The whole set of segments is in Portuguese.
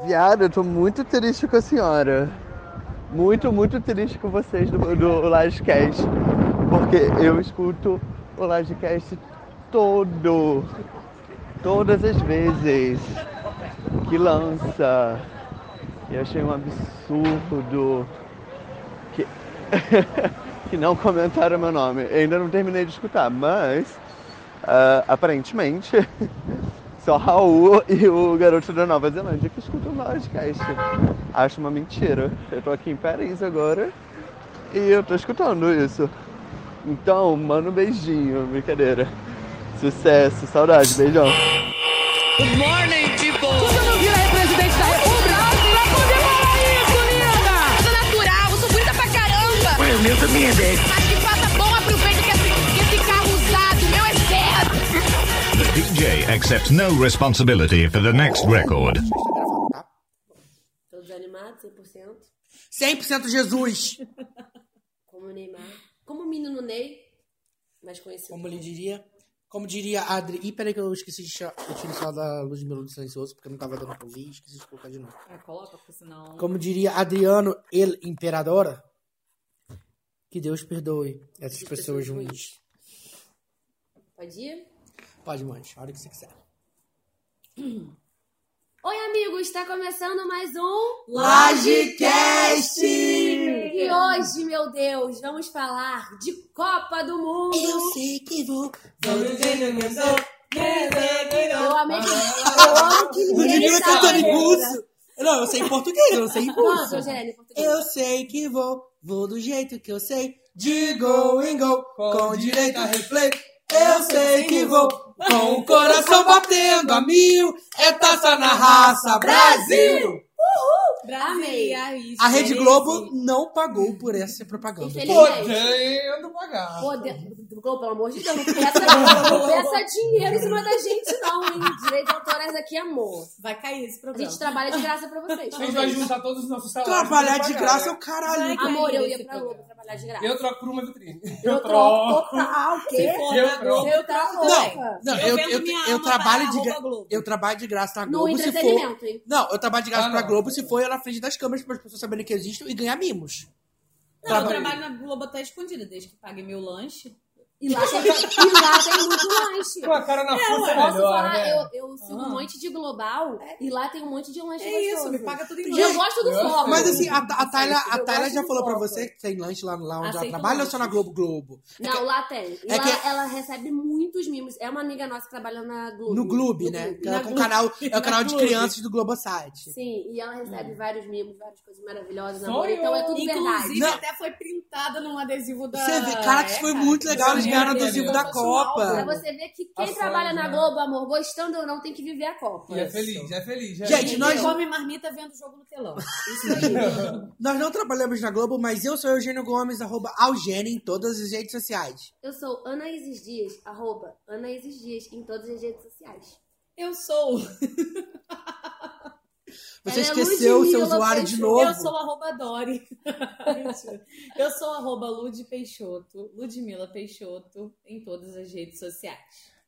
Viado, eu tô muito triste com a senhora. Muito, muito triste com vocês do, do Livecast. Porque eu escuto o Livecast todo. Todas as vezes que lança. E achei um absurdo que, que não comentaram meu nome. Eu ainda não terminei de escutar, mas ah, aparentemente só Raul e o garoto da Nova Zelândia que escutam o podcast. Acho uma mentira. Eu tô aqui em Paris agora e eu tô escutando isso. Então, manda um beijinho, brincadeira. Sucesso, saudade, beijão. Good morning, people! Você não vira representante da República? Você vai poder falar isso, linda! Eu sou natural, eu sou bonita pra caramba. Ué, o meu também é desse. Acho que falta bom aproveito que esse, que esse carro usado, o meu é certo. The DJ accepts no responsibility for the next record. Todos animados, 100%, 100% Jesus! como o Neymar, como o menino Ney, mais conhecido. Como ele diria. Como diria a Adri. Ih, peraí que eu esqueci de tirar, eu tinha tirado a luz de do silencioso porque não tava dando pra ouvir, esqueci de colocar de novo. É, coloca, porque senão. Como diria Adriano El Imperadora, que Deus perdoe essas Essas pessoas pessoas ruins. Pode ir? Pode, mãe, a hora que você quiser. Oi, amigos, está começando mais um. Lagecast! E hoje, meu Deus, vamos falar de Copa do Mundo. sei que vou. Eu amei que. Eu amo que O ninguém menino é sabe. cantando em russo. Não, eu sei em português, eu não sei em Quanto, russo. Angelina, em português? Eu sei que vou, vou do jeito que eu sei. De gol em gol, com direito a replay. Eu sei que vou, com o coração batendo a mil. É taça na raça, Brasil! Amei. A Rede Globo não pagou por essa propaganda. Infelizmente. Podendo pagar. Pô, de... Globo, pelo amor de Deus, não peça, não peça dinheiro em cima da gente, não, hein? Direitos autorais aqui, amor. Vai cair esse A programa. gente trabalha de graça pra vocês. A gente vai juntar todos os nossos salários. Trabalhar pra de pagar, graça é né? o caralho. Amor, eu ia Esse pra Globo trabalhar de graça. Eu troco por uma vitrine. Eu troco total, o Se quê? for Eu na troco. Globo, eu troco. Não, não, eu, Eu eu, vendo minha eu alma trabalho pra de gra... arroba Globo. eu trabalho de graça na No Globo se for. entretenimento, hein? Não, eu trabalho de graça Ah, pra não. Globo se for eu na frente das câmeras para as pessoas saberem que eu existo e ganhar mimos. Não, eu Trabalho. trabalho na Globo até escondida, desde que pague meu lanche. E lá tem, e lá tem muito lanche. Com a cara na força é Posso melhor, falar? né? Eu, eu sigo um monte de global e lá tem um monte de lanche É isso, gostoso. me paga tudo em Eu lanche. gosto do Eu foco. Mas assim, a, a Tayla, Eu a Tayla gosto já do falou pra foco. você que tem lanche lá, lá onde ela Aceito trabalha ou lanches. só na Globo Globo? Não, lá tem. E é lá que- ela recebe muitos mimos. É uma amiga nossa que trabalha na Globo. No Globo, né? Que Na é com o Globo. canal, é o Na canal de Globo. crianças do Globosat. Sim, e ela É. recebe vários mimos, várias coisas maravilhosas. Sou Amor. Então é um, tudo Inclusive, verdade. Não. até foi printada num adesivo da. É, Você vê, cara, que isso foi muito legal, eles ganharam Meu adesivo Deus, da eu sou Copa. alvo. Pra você ver que quem A trabalha Sandra. na Globo, amor, gostando ou não, tem que viver a Copa. E é feliz, é feliz. é. Gente, nós- Quem come marmita vendo o jogo no telão. Nós não trabalhamos na Globo, mas eu sou Eugênio Gomes, arroba Algênio em todas as redes sociais. Eu sou Anaíses Dias, arroba Anaíses Dias, em todas as redes sociais. Eu sou. Ela é Você esqueceu o seu Ludmilla usuário de Peixoto. novo? Eu sou arroba Dori. Mentira. eu sou arroba Lud Peixoto, Ludmila Peixoto, em todas as redes sociais.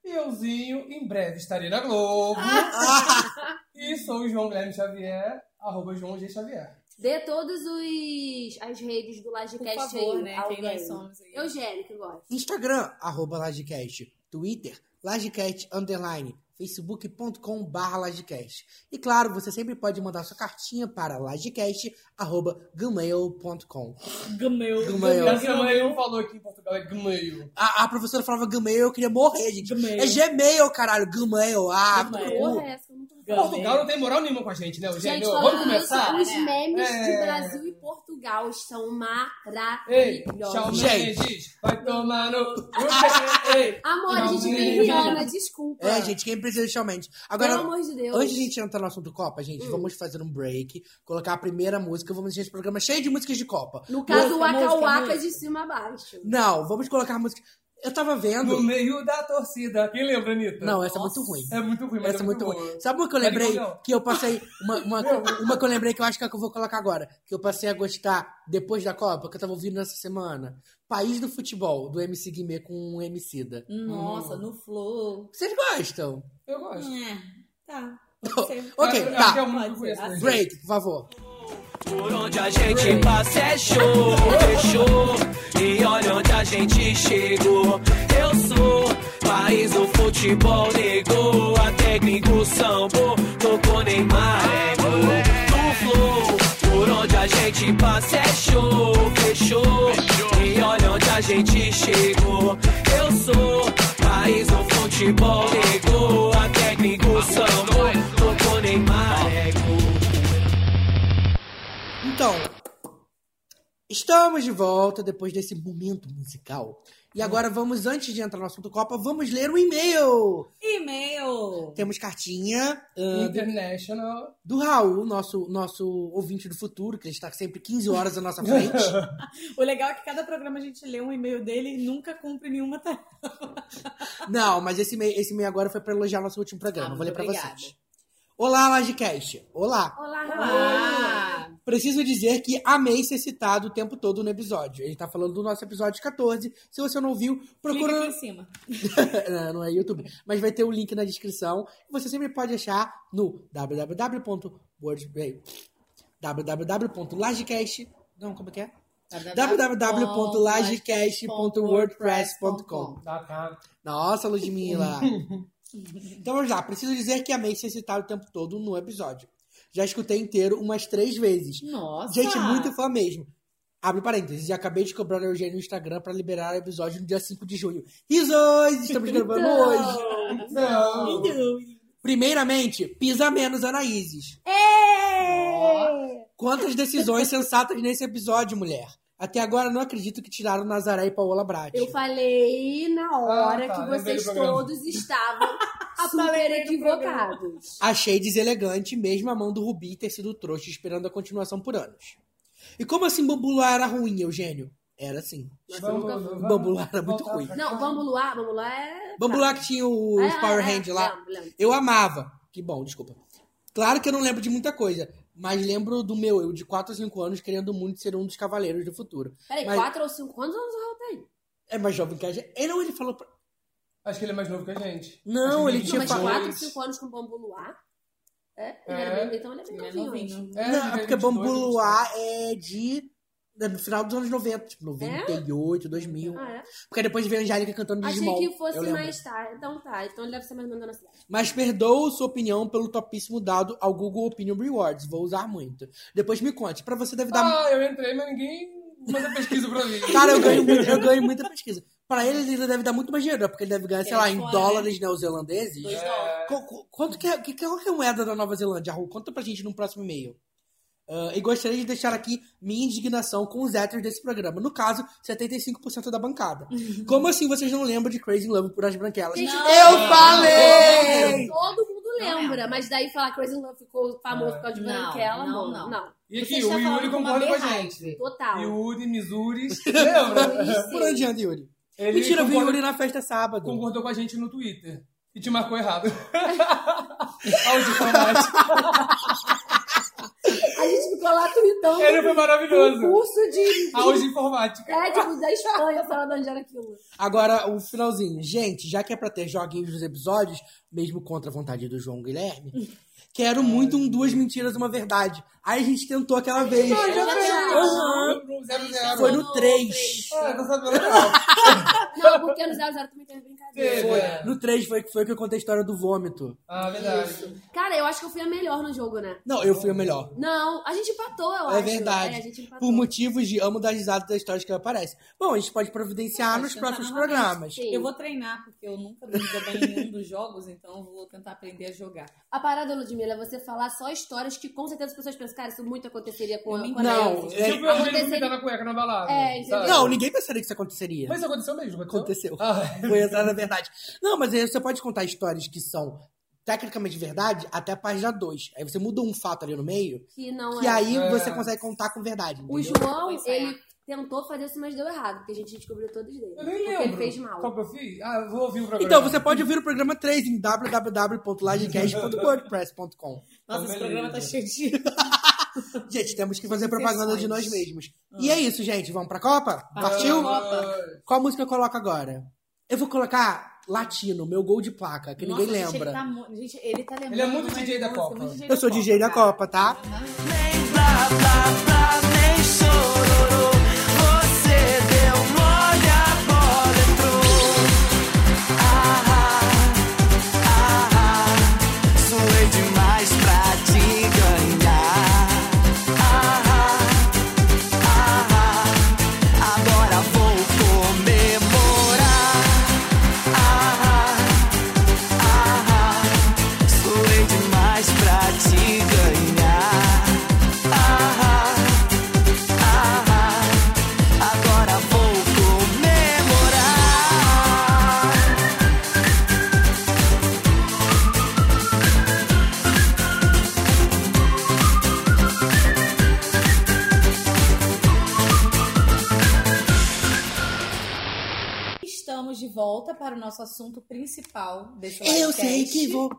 E euzinho, em breve estarei na Globo. Ah. E sou o João Guilherme Xavier, arroba João G. Xavier. Dê todas os, as redes do Por Lagecast favor, aí, né? Quem é alguém. nós um- somos aí. Eugênio, que gosta. Instagram, arroba Lagecast. Twitter, Lagecast, underline, facebook.com barra Lagecast. E claro, você sempre pode mandar sua cartinha para lagecast, arroba gmail.com. Gmail. Gmail. E a semana ele falou aqui em Portugal é Gmail. A, a professora falava Gmail, eu queria morrer, gente. Gmail. É Gmail, caralho, Gmail. Ah, Gmail. pô. Porra, é essa eu não tô Portugal não tem moral nenhuma com a gente, né, Gente, Eugênio? Vamos falando isso, começar? os memes É. de Brasil e Portugal estão Ei, tchau, maravilhosos. Gente. Mendes. Vai tomar no... Ei, Amor, a gente Tchau, vem Mendes. Rihanna, desculpa. É, gente, quem precisa de realmente. Agora, Pelo amor de Deus. Hum. Antes de a gente entrar no assunto Copa, gente, vamos fazer um break, colocar a primeira música, vamos deixar esse programa cheio de músicas de Copa. No caso, Música, o Waka música, Waka música. de cima a baixo. Não, vamos colocar música. Eu tava No vendo. meio da torcida. Quem lembra, Anitta? Não, essa é muito ruim. É muito ruim, mas Essa é muito boa. ruim. Sabe uma que eu Mas lembrei? não. Que eu passei. Uma, uma, uma que eu lembrei que eu acho que é a que eu vou colocar agora. Que eu passei a gostar depois da Copa, que eu tava ouvindo nessa semana. País do Futebol, do MC Guimê com um o MC da. Hum. Nossa, no Flow. Vocês gostam? Eu gosto. É, tá. Você- Ok, Eu acho tá. que é o único que eu conheço Pode ser. dele. Drake, por favor. Por onde a gente passa é show, fechou. E olha onde a gente chegou. Eu sou país do futebol, negou. Até gringo sambo, tocou Neymar, é gol. No flow, por onde a gente passa é show, fechou. E olha onde a gente chegou. Eu sou país do futebol, negou. Até gringo sambo, tocou Neymar, é gol. Então, estamos de volta depois desse momento musical. E agora vamos, antes de entrar no assunto Copa, vamos ler o e-mail. E-mail. Temos cartinha ah, International. do Raul, nosso, nosso ouvinte do futuro, que ele está sempre 15 horas à nossa frente. O legal é que cada programa a gente lê um e-mail dele e nunca cumpre nenhuma tarefa. Não, mas esse e-mail, esse e-mail agora foi para elogiar nosso último programa. Ah, Vou ler para muito obrigada. vocês. Olá, Lagecast. Olá. Olá, Raul. Ah, Preciso dizer que amei ser citado o tempo todo no episódio. Ele tá falando do nosso episódio 14. Se você não viu, clica aqui procura. em cima. não, não é YouTube. Mas vai ter o link na descrição. Você sempre pode achar no www.word... www.lagecast. Não, como é que é? www.lagecast.wordpress.com Dá cá. nossa, Ludmilla! então vamos lá, preciso dizer que amei ser citado o tempo todo no episódio. Já escutei inteiro umas três vezes. Nossa! Tá. Gente, muito fã mesmo. Abre parênteses, já acabei de cobrar o Eugênio no Instagram pra liberar o episódio no dia 5 de junho. Risos! Estamos Então. gravando hoje! Não. Primeiramente, pisa menos Anaíses. É, Quantas decisões sensatas nesse episódio, mulher? Até agora não acredito que tiraram Nazaré e Paola Brat. Eu falei na hora Ah, tá, que lembrei vocês do programa. todos estavam super equivocados. Achei deselegante, mesmo a mão do Rubi ter sido trouxa esperando a continuação por anos. E como assim Bambulá era ruim, Eugênio? Era sim. Bambular era muito ruim. Não, vamos lá, vamos lá é. Bambulá que tinha os É, Power é, Hand lá. lembro, lembro. Eu amava. Que bom, desculpa. Claro que eu não lembro de muita coisa, mas lembro do meu eu de 4 ou 5 anos querendo muito ser um dos cavaleiros do futuro. Peraí, Mas- quatro ou cinco. Quantos anos o Raul tem? É mais jovem que a gente. Ele, não, ele falou pra... Acho que ele é mais novo que a gente. Acho que Não, é ele Não, tinha mas falado- quatro, cinco anos com bambu luar. É? Ele era É. bem- então ele é bem Ele é novinho. novinho. acho. É, acho Não, que é porque 22, Bambuluá é de. é No final dos anos 90, tipo, 98, 2000. Ah, é? Porque depois veio a Angélica cantando Achei Digimon. que é eu fosse lembro. mais tarde. Então tá, então ele deve ser mais ou menos da nossa idade. Mas perdoo sua opinião pelo topíssimo dado ao Google Opinion Rewards. Vou usar muito. Depois me conte. Pra você deve 22. dar. Ah, eu entrei, mas ninguém manda pesquisa pra mim. Cara, eu ganho, muito- eu ganho muita pesquisa. Pra ele, ele ainda deve dar muito mais dinheiro, né? porque ele deve ganhar, sei lá, em Fora, né? dólares neozelandeses. Dois dólares. É, Qu- qu- Quanto que é, que, qual que é a moeda da Nova Zelândia, Raul? Conta pra gente no próximo e-mail. Ah, e gostaria de deixar aqui minha indignação com os héteros desse programa. No caso, 75% da bancada. Como assim vocês não lembram de Crazy in Love por As Branquelas? Gente, eu falei! Todo mundo lembra, lembro. Ah, mas daí falar Crazy in Love ficou famoso por causa de Não, branquela, não, mano. não. E Você aqui, está o Yuri falando com uma concorda com a berraiva. gente. Total. Yuri, Missouri. Lembra? Por onde anda, Yuri? Ele Mentira, eu vi concordou- Yuri na festa sábado. concordou com a gente no Twitter. E te marcou errado. Olha o diplomate. A gente ficou lá tweetando Ele foi o maravilhoso. curso de Ah, Auge informática. é, tipo, da Espanha, falando onde era aquilo. Agora, o finalzinho. Gente, já que é pra ter joguinhos nos episódios, mesmo contra a vontade do João Guilherme, quero muito um Duas Mentiras, Uma Verdade. Aí a gente tentou aquela vez. Aham. Zero, zero. Foi no 3. Ah, tá sabendo? não. Não, porque no 00 também teve brincadeira. Teve, é. No 3 foi, foi que eu contei a história do vômito. Ah, verdade. Cara, eu acho que eu fui a melhor no jogo, né? Não, eu fui o melhor. Não, a gente empatou, eu acho. né? É verdade. a gente empatou. Por motivos de amo das risadas das histórias que aparecem. Bom, a gente pode providenciar Pode nos tentar próximos novamente. programas. Sim. Eu vou treinar, porque eu nunca me dou bem em nenhum dos jogos, então eu vou tentar aprender a jogar. A parada, Ludmilla, é você falar só histórias que com certeza as pessoas pensam, cara, isso muito aconteceria com a Não, com a Naomi. é- Tipo, eu Aconteceria- vejo vomitar na cueca na balada. É, sabe? Não, ninguém pensaria que isso aconteceria. Mas isso aconteceu mesmo, Aconteceu. Ah, Vou entrar na verdade. Não, mas aí você pode contar histórias que são tecnicamente verdade até a página 2. Aí você muda um fato ali no meio, Que não que é. aí É. você consegue contar com verdade. O entendeu? João, Vou ensaiar. ele tentou fazer isso, mas deu errado, porque a gente descobriu todos dele. eu nem Porque lembro. ele fez Qual mal. que eu fiz? Ah, eu vou ouvir o programa. Então, você pode ouvir o programa 3 em www.lagecast.wordpress.com. Nossa, Então, esse beleza. programa tá cheio de. Gente, temos que fazer propaganda de nós mesmos. E é isso, gente. Vamos pra Copa? Ah, Partiu. Partiu? Copa. Qual música eu coloco agora? Eu vou colocar Latino, meu gol de placa, que Nossa, ninguém gente, lembra. ele tá mu- gente, ele tá lembrando Ele é muito umas DJ da músicas, Copa. muito Eu sou DJ da cara. Copa, tá? Nem blá blá blá, nem chororô. Você deu mole, a bola entrou. Ah, ah, ah, ah. Suei demais pra te ganhar. Ah, ah, ah, ah. Agora vou comemorar. Ah, ah, ah, ah. Suei demais pra te ganhar. Ah, ah, ah, ah. Agora vou comemorar. Estamos de volta para o nosso assunto principal desse Eu podcast, sei que vou.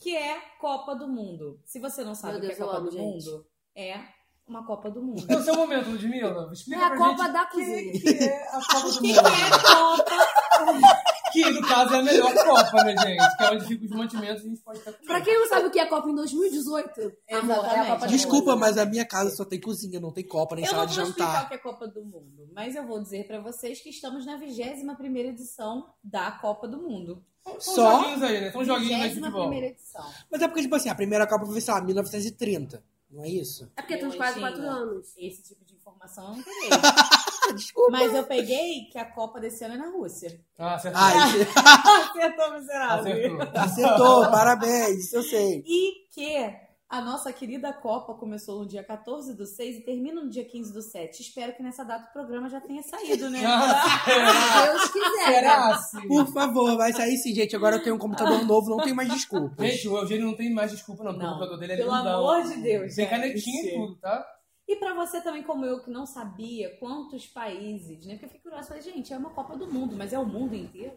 que é Copa do Mundo. Se você não sabe Meu o que é Deus, eu Copa amo, do gente. Mundo, é uma Copa do Mundo. No então, seu momento, Ludmilla, É explica a pra Copa gente da o que, Cozinha. que é a Copa do Que é Mundo. a Copa que, no caso, é a melhor Copa, né, gente? Que é onde ficam os mantimentos e a gente pode até... Pra quem não sabe o que é Copa em 2018, amor, é a Copa Exatamente. do Desculpa, Mundo. mas a minha casa só tem cozinha, não tem copa, nem um Eu sala não de vou explicar o jantar. que é Copa do Mundo, mas eu vou dizer pra vocês que estamos na 21ª edição da Copa do Mundo. São Só? joguinhos aí, né? É São joguinhos aí de futebol. 21ª edição. Mas é porque, tipo assim, a primeira Copa foi, sei lá, 1930. Não é isso? É porque temos Meu quase anjinho, quatro anos. Esse tipo de informação eu não peguei. Desculpa. mas eu peguei que a Copa desse ano é na Rússia. Ah, acertou. Ai, Acertou, miserável. acertou. acertou, parabéns, isso eu sei. E que a nossa querida Copa começou no dia 14 do 6 e termina no dia 15 do 7. Espero que nessa data o programa já tenha saído, né? Ah, Se Deus quiser. Será? Por favor, vai sair sim, gente. Agora eu tenho um computador novo, não tem mais desculpas. Gente, o Eugênio não tem mais desculpa, não. porque O Não, computador dele é pelo lindão. amor de Deus. Tem gente. canetinha e tudo, tá? E pra você também, como eu, que não sabia quantos países, né? Porque eu fiquei curiosa, falei, gente, é uma Copa do Mundo, mas é o mundo inteiro?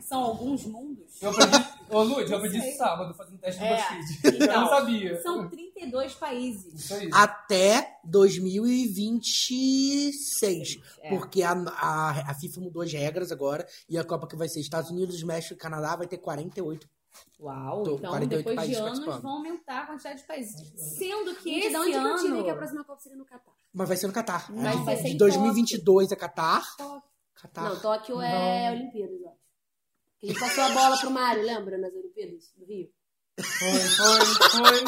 São alguns mundos? Eu aprendi... Ô, Lud, eu aprendi sei. sábado fazendo teste de É, BuzzFeed. Eu então, não sabia. São 32 países. Isso aí. Até 2026. É. Porque a, a, a FIFA mudou as regras agora. E a Copa que vai ser Estados Unidos, México e Canadá vai ter 48. Uau, Tô- então 48 depois de países anos participando. vão aumentar a quantidade de países. Sendo que Gente, esse de onde que eu tirei ano... que a próxima Copa seria no Catar? Mas vai ser no Catar. É Mas de- vai ser de em 2022 é Catar. Catar. Não, Tóquio é Olimpíadas, ó. Que a gente passou a bola pro Mário, lembra? Nas Olimpíadas do Rio. Foi, foi, foi.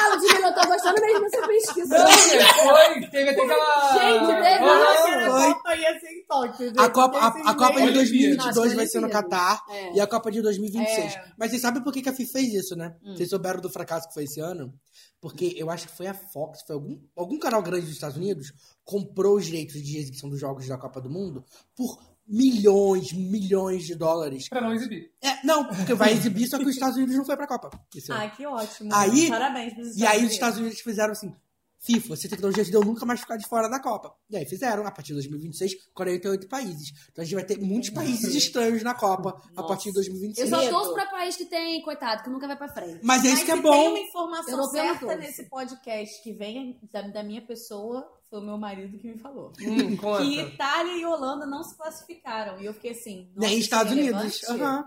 Ah, Ludmilla, eu tô gostando mesmo dessa pesquisa. Não, gente, foi. Teve até aquela... Gente, teve uma Aham. cena- Foi. Copa ia ser em Tóquio. A Copa, a, a Copa de Olimpíadas. 2022 vai ser no Nossa, Catar É. e a Copa de 2026. É. Mas vocês sabem por que, que a FIFA fez isso, né? Hum. Vocês souberam do fracasso que foi esse ano? Porque eu acho que foi a Fox, foi algum, algum canal grande dos Estados Unidos, comprou os direitos de exibição dos jogos da Copa do Mundo por milhões, milhões de dólares. Pra não exibir. É, não, porque vai exibir, só que os Estados Unidos não foi pra Copa. é Esse ano. Ah, que ótimo. Aí- Parabéns pros Estados E aí os Unidos. Estados Unidos fizeram assim: FIFA, você tem que dar um jeito de eu nunca mais ficar de fora da Copa. E aí fizeram, a partir de 2026, 48 países. Então a gente vai ter muitos países estranhos na Copa a Nossa. partir de Eu 2026. só Medo. torço pra país que tem, coitado, que nunca vai pra frente. Mas é Mas isso que é se bom. Tem uma informação Europeu não certa torce. nesse podcast que vem da, da minha pessoa, foi o meu marido que me falou. Hum, conta. Que Itália e Holanda não se classificaram. E eu fiquei assim. nossa, isso Nem é né? Estados Unidos. relevante? Aham.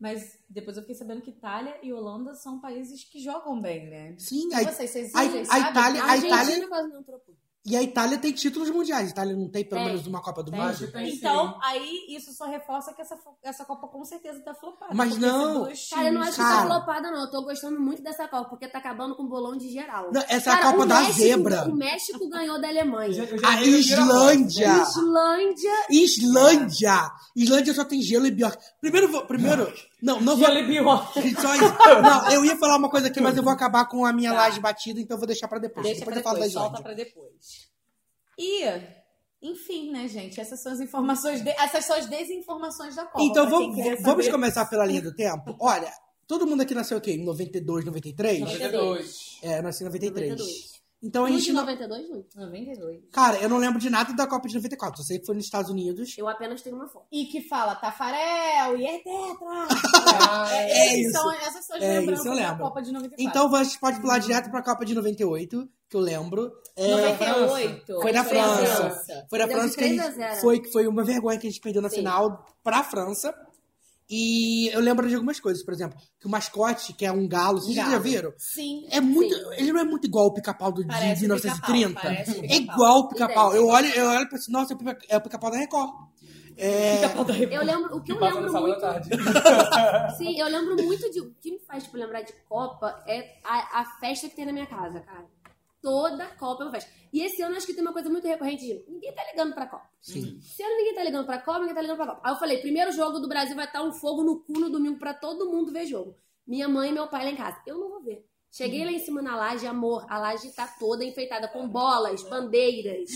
Mas depois eu fiquei sabendo que Itália e Holanda são países que jogam bem, né? Sim, E a, vocês, vocês, a- vocês a sabem? Itália- a Argentina Itália- quase não trocou. e a Itália tem títulos mundiais. A Itália não tem pelo Tem. menos uma Copa do Tem. Mundo. Acho que tem Então, aí isso só reforça que essa, fo- essa Copa com certeza tá flopada. Mas porque não. esses dois Cara, eu não acho que Cara. tá flopada, não. Eu tô gostando muito dessa Copa, porque tá acabando com o bolão de geral. Não, essa é Cara, a Copa o da México- zebra. O México ganhou da Eu já- Alemanha. eu já A vi primeira Islândia. foto. Islândia. Islândia! Islândia só tem gelo e bjork. Primeiro, vou- primeiro, não, não vou. Gelo e Bjork. Só isso. Não, eu ia falar uma coisa aqui, mas eu vou acabar com a minha Tá. laje batida, então eu vou deixar pra depois. Deixa depois pra eu falo da depois, solta Islândia. pra depois. E, enfim, né, gente? Essas são as informações, de- essas são as desinformações da Copa. Então pra vamos, quem quiser vamos saber. começar pela linha do tempo. Olha, todo mundo aqui nasceu o quê? Em 92, 93? 92. É, eu nasci em 93. 92. Então a Clube de gente. não- 92, não. 92. Cara, eu não lembro de nada da Copa de 94. Eu sei que foi nos Estados Unidos. Eu apenas tenho uma foto. E que fala Tafarel e é tetra. Ah, É, é esses isso. São, essas são as É lembranças isso, eu da lembro. Copa Uhum. de 94. Então a gente pode pular direto pra Copa de 98, que eu lembro. É, 98. Foi na Foi na França. Foi na Deu de França que a 3 a gente, 0. foi, que foi uma vergonha que a gente perdeu na Sim. final pra França. E eu lembro de algumas coisas, por exemplo, que o mascote, que é um galo, vocês já Galo. viram? Sim. É muito, Sim. ele não é muito igual o pica-pau do de Parece 1930. pica-pau, parece é pica-pau. igual o pica-pau. Eu Idêntico. olho, eu olho e penso, nossa, é o pica- é o pica-pau da Record. É, Pica-pau da Record. Eu lembro, o que eu passa no lembro sábado à muito. tarde. Sim, eu lembro muito de. O que me faz tipo, lembrar de Copa é a, a festa que tem na minha casa, cara. Toda Copa é uma festa. E esse ano eu acho que tem uma coisa muito recorrente de ninguém tá ligando pra Copa. Sim. Esse ano ninguém tá ligando pra Copa, ninguém tá ligando pra Copa. Aí eu falei: primeiro jogo do Brasil vai estar um fogo no cu no domingo pra todo mundo ver jogo. Minha mãe e meu pai lá em casa. Eu não vou ver. Cheguei lá em cima na laje, amor. A laje tá toda enfeitada com bolas, bandeiras.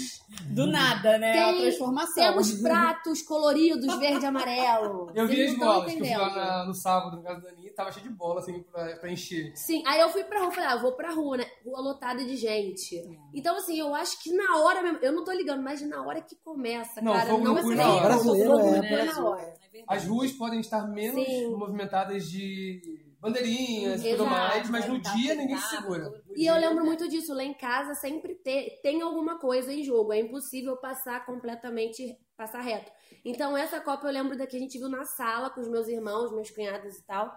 Do nada, né? a Tem- transformação. Temos pratos coloridos, verde e amarelo. Eu vi Vocês as não tão bolas, que eu fui lá entendendo. na- no sábado, no caso da Aninha, e tava cheio de bola, assim, pra, pra encher. Sim, aí eu fui pra rua, falei, ah, eu vou pra rua, né? Rua lotada de gente. É. Então, assim, eu acho que na hora mesmo, eu não tô ligando, mas na hora que começa, Não, cara, fogo não no é cu assim, na hora. fogo Brasileiro, no é. cu na hora. As ruas podem estar menos Sim. movimentadas de bandeirinhas e tudo Exato, mais, mas no tá dia ninguém se apertado, segura. tudo. No E eu dia- lembro muito disso, lá em casa sempre te- tem alguma coisa em jogo, é impossível passar completamente, passar reto. Então essa Copa eu lembro da que a gente viu na sala com os meus irmãos, meus cunhados e tal.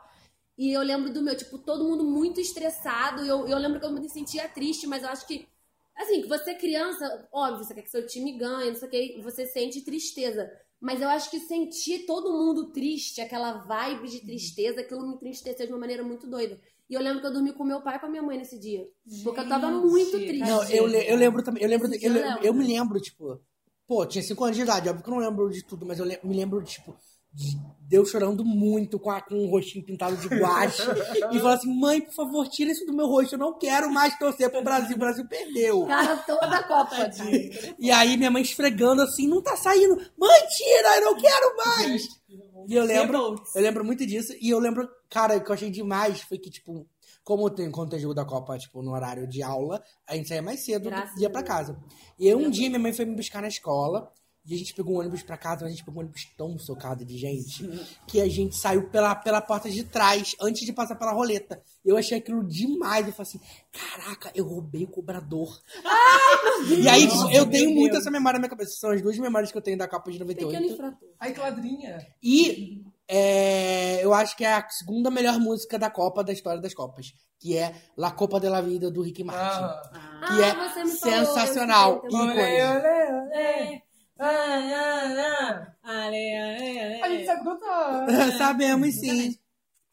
E eu lembro do meu, tipo, todo mundo muito estressado. Eu, eu lembro que eu me sentia triste, mas eu acho que, assim, você criança, óbvio, você quer que seu time ganhe, não sei o que, você sente tristeza. Mas eu acho que sentir todo mundo triste, aquela vibe de tristeza, aquilo me entristeceu de uma maneira muito doida. E eu lembro que eu dormi com meu pai e com a minha mãe nesse dia. porque eu tava muito Gente, triste. Não, eu, le- eu lembro também. Eu, lembro, eu, Eu le- lembro. eu me lembro, tipo. Pô, tinha 5 anos de idade, óbvio que eu não lembro de tudo, mas eu le- me lembro, tipo, de Deus chorando muito com, a- com o rostinho pintado de guache. e falando assim: mãe, por favor, tira isso do meu rosto, eu não quero mais torcer pro Brasil, o Brasil perdeu. Cara, toda a Copa. E aí minha mãe esfregando assim: não tá saindo, mãe, tira, eu não quero mais. E eu lembro, eu lembro muito disso. E eu lembro, cara, o que eu achei demais foi que, tipo, como tem quando tem jogo da Copa, tipo, no horário de aula, a gente saía mais cedo Graças e ia a pra Deus. casa. E aí, um dia minha mãe foi me buscar na escola. E a gente pegou um ônibus pra casa, mas a gente pegou um ônibus tão socado de gente que a gente saiu pela, pela porta de trás, antes de passar pela roleta. Eu achei aquilo demais. Eu falei assim: caraca, eu roubei o cobrador. e aí, tipo, eu tenho muito essa memória na minha cabeça. São as duas memórias que eu tenho da Copa de 98. Pequeno infrator. Ai, que ladrinha. E é, eu acho que é a segunda melhor música da Copa, da história das Copas, que é La Copa de la Vida, do Ricky Martin. Ah. Que é ah, você me falou, sensacional. eu escutei também. Ícone. Olê, olê, olê. Ah, A gente lembro. sabe cantar. Sabemos sim.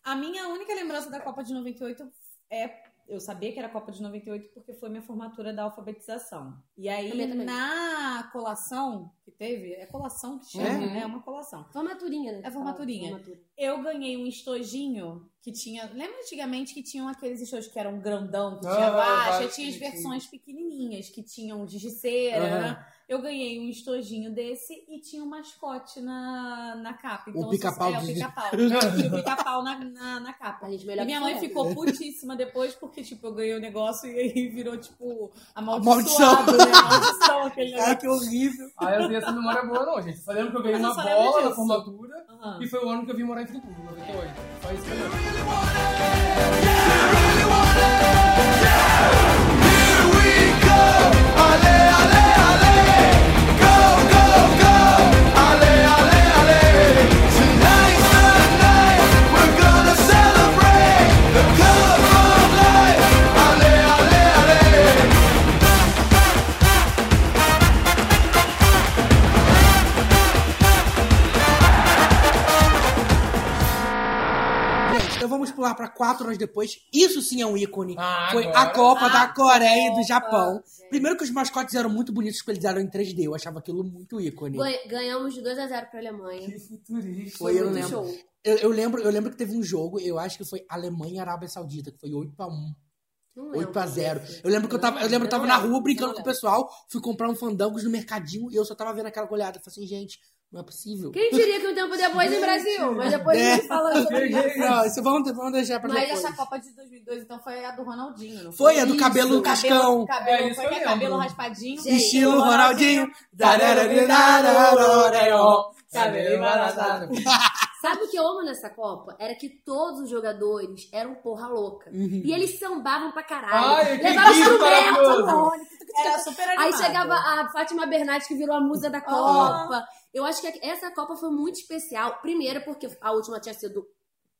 A minha única lembrança da Copa de 98 é. Eu sabia que era Copa de 98 porque foi minha formatura da alfabetização. E aí, Também, também. na colação que teve, é colação que chama, Uhum. né? É uma colação. Formaturinha, né? É formaturinha. Formatura. Eu ganhei um estojinho que tinha. Lembra antigamente que tinham aqueles estojos que eram grandão, que Ah, tinha baixa, vários tinha as que tinha. versões pequenininhas, que tinham giz de cera, Aham. Uhum. né? Eu ganhei um estojinho desse e tinha um mascote na, na capa. Então, O pica-pau É, o dos- pica-pau. Tinha o pica-pau na, na, na capa. A gente melhor E que minha mãe forever. ficou putíssima depois, porque, tipo, eu ganhei o negócio e aí virou, tipo, maldição. amaldiçoado, né? Maldição, aquele Cara, negócio. É, que horrível. Ah, eu não tenho essa memória boa, não, gente. Só lembro que eu ganhei Mas eu uma só lembro bola na disso. formatura Aham. e foi o ano que eu vim morar em Friburgo, 98. Só isso que eu lembro. Gente, então vamos pular pra quatro anos depois. Isso sim é um ícone. Ah, Foi agora. a Copa da Coreia e do Japão. Primeiro que os mascotes eram muito bonitos, porque eles eram em 3D. Eu achava aquilo muito ícone. Ganha- Ganhamos de 2x0 pra Alemanha. Que futurista. Foi, eu né? muito lembro. show. Eu, eu lembro. Eu lembro que teve um jogo, eu acho que foi Alemanha e Arábia Saudita, que foi 8x1. Não lembro 8 a 0 desse. Eu lembro que eu tava, eu lembro que eu tava Não na lembro, rua brincando não com o lembro. pessoal, fui comprar um fandangos no mercadinho e eu só tava vendo aquela olhada. Eu falei assim, gente, não é possível. Quem diria que um tempo depois em Brasil? Mas depois É. a gente fala sobre isso. Não, isso vamos, vamos deixar pra Mas é depois. essa Copa de 2002, então, foi a do Ronaldinho, não Foi a do cabelo Isso, cascão. Cabelo, cabelo, É, isso foi eu que é lembro. cabelo raspadinho. Gente, Estilo Ronaldinho. né? Cabelo embarazado. Sabe o que eu amo nessa Copa? Era que todos os jogadores eram porra louca. Uhum. E eles sambavam pra caralho. Ai, que Levaram gif instrumento, maravilhoso. harmônico. Era super animado. Aí chegava a Fátima Bernardes, que virou a musa da Copa. Eu acho que essa Copa foi muito especial. Primeiro, porque a última tinha sido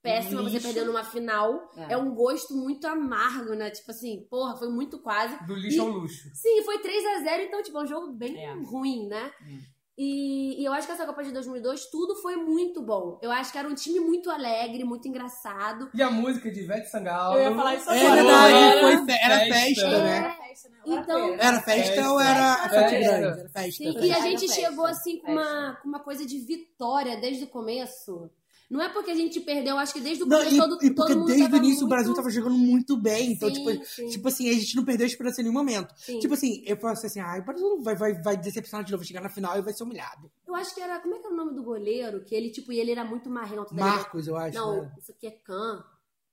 péssima, você Lixo. perdeu numa final. É. É. um gosto muito amargo, né? Tipo assim, porra, foi muito quase. Do lixo ao E- luxo. Sim, foi 3 a 0 então, tipo, é um jogo bem É. ruim, né? Hum. E, e eu acho que essa Copa de 2002, tudo foi muito bom. Eu acho que era um time muito alegre, muito engraçado. E a música de Ivete Sangalo. Eu ia falar isso É agora. verdade, Era foi fe- era festa, festa. né? Era festa, né? Agora Então- foi, né? Era festa ou era a Festa. Fete Grande? Era festa. Sim, festa. e a Festa, gente festa, chegou assim com uma, festa. com uma coisa de vitória desde o começo. Não é porque a gente perdeu, acho que desde o Não, começo e, todo, e todo porque mundo desde o tava início o muito- Brasil tava jogando muito bem. Então, Sim, tipo, sim, tipo assim, a gente não perdeu a esperança em nenhum momento. sim. Tipo assim, eu falo assim, ai, o Brasil não vai, vai, vai decepcionar de novo, chegar na final e vai ser humilhado. Eu acho que era. Como é que era o nome do goleiro? Que ele, tipo, e ele era muito marrento. da Marcos, eu acho. Alemanha. Não, é assim. né? É. isso aqui é Kahn.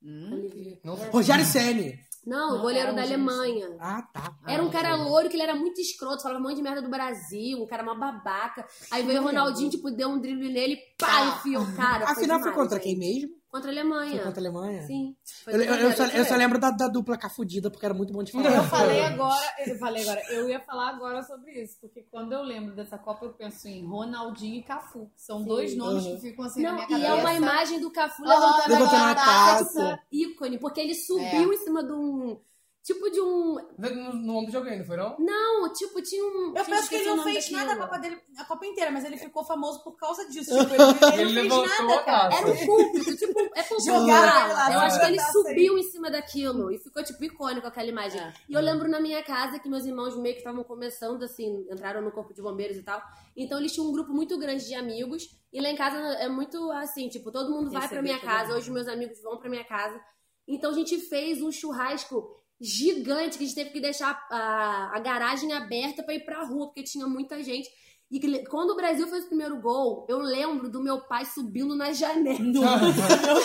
Olivier. Não sei. Rogério Senni. Não, o Não, goleiro era da um Alemanha. Ah, tá. Era um cara louro que ele era muito escroto, falava um monte de merda do Brasil, um cara mó babaca. Aí veio o Ronaldinho, tipo, deu um drible nele, pá, enfiou. Cara, a final Ah, foi demais, contra gente. quem mesmo? Contra a Alemanha. Foi contra a Alemanha? Sim. Foi Eu, eu- eu contra só, a eu só Alemanha. lembro da, da dupla cafudida, porque era muito bom de falar. Eu falei agora, eu falei agora, eu ia falar agora sobre isso, porque quando eu lembro dessa Copa, eu penso em Ronaldinho e Cafu. que São dois nomes que ficam assim na minha Uhum. Não, e cabeça. é uma imagem do Cafu Aham, levantando Levantando aquela a taça, taça. tipo, ícone, porque ele É. subiu em cima de um. Tipo de um. No, no nome de alguém, não foi não? Não, tipo, tinha um. Eu gente, penso que ele esqueci o não nome fez nada daquilo. na Copa dele, na Copa inteira, mas ele ficou famoso por causa disso. Tipo, ele, ele Ele não fez levantou nada, a cara. É taça. Era um púlpito, tipo, é púlpito. Jogaram ele lá, Eu acho que jogaram ele a taça subiu em cima daquilo e ficou, tipo, icônico aquela imagem. É. E eu lembro na minha casa que meus irmãos meio que estavam começando, assim, entraram no corpo de bombeiros e tal. Então eles tinham um grupo muito grande de amigos. E lá em casa é muito assim, tipo, todo mundo vai Receber pra minha todo casa, mundo. hoje meus amigos vão pra minha casa. Então a gente fez um churrasco gigante que a gente teve que deixar a, a garagem aberta pra ir pra rua, porque tinha muita gente. E que- quando o Brasil fez o primeiro gol, eu lembro do meu pai subindo na janela. Meu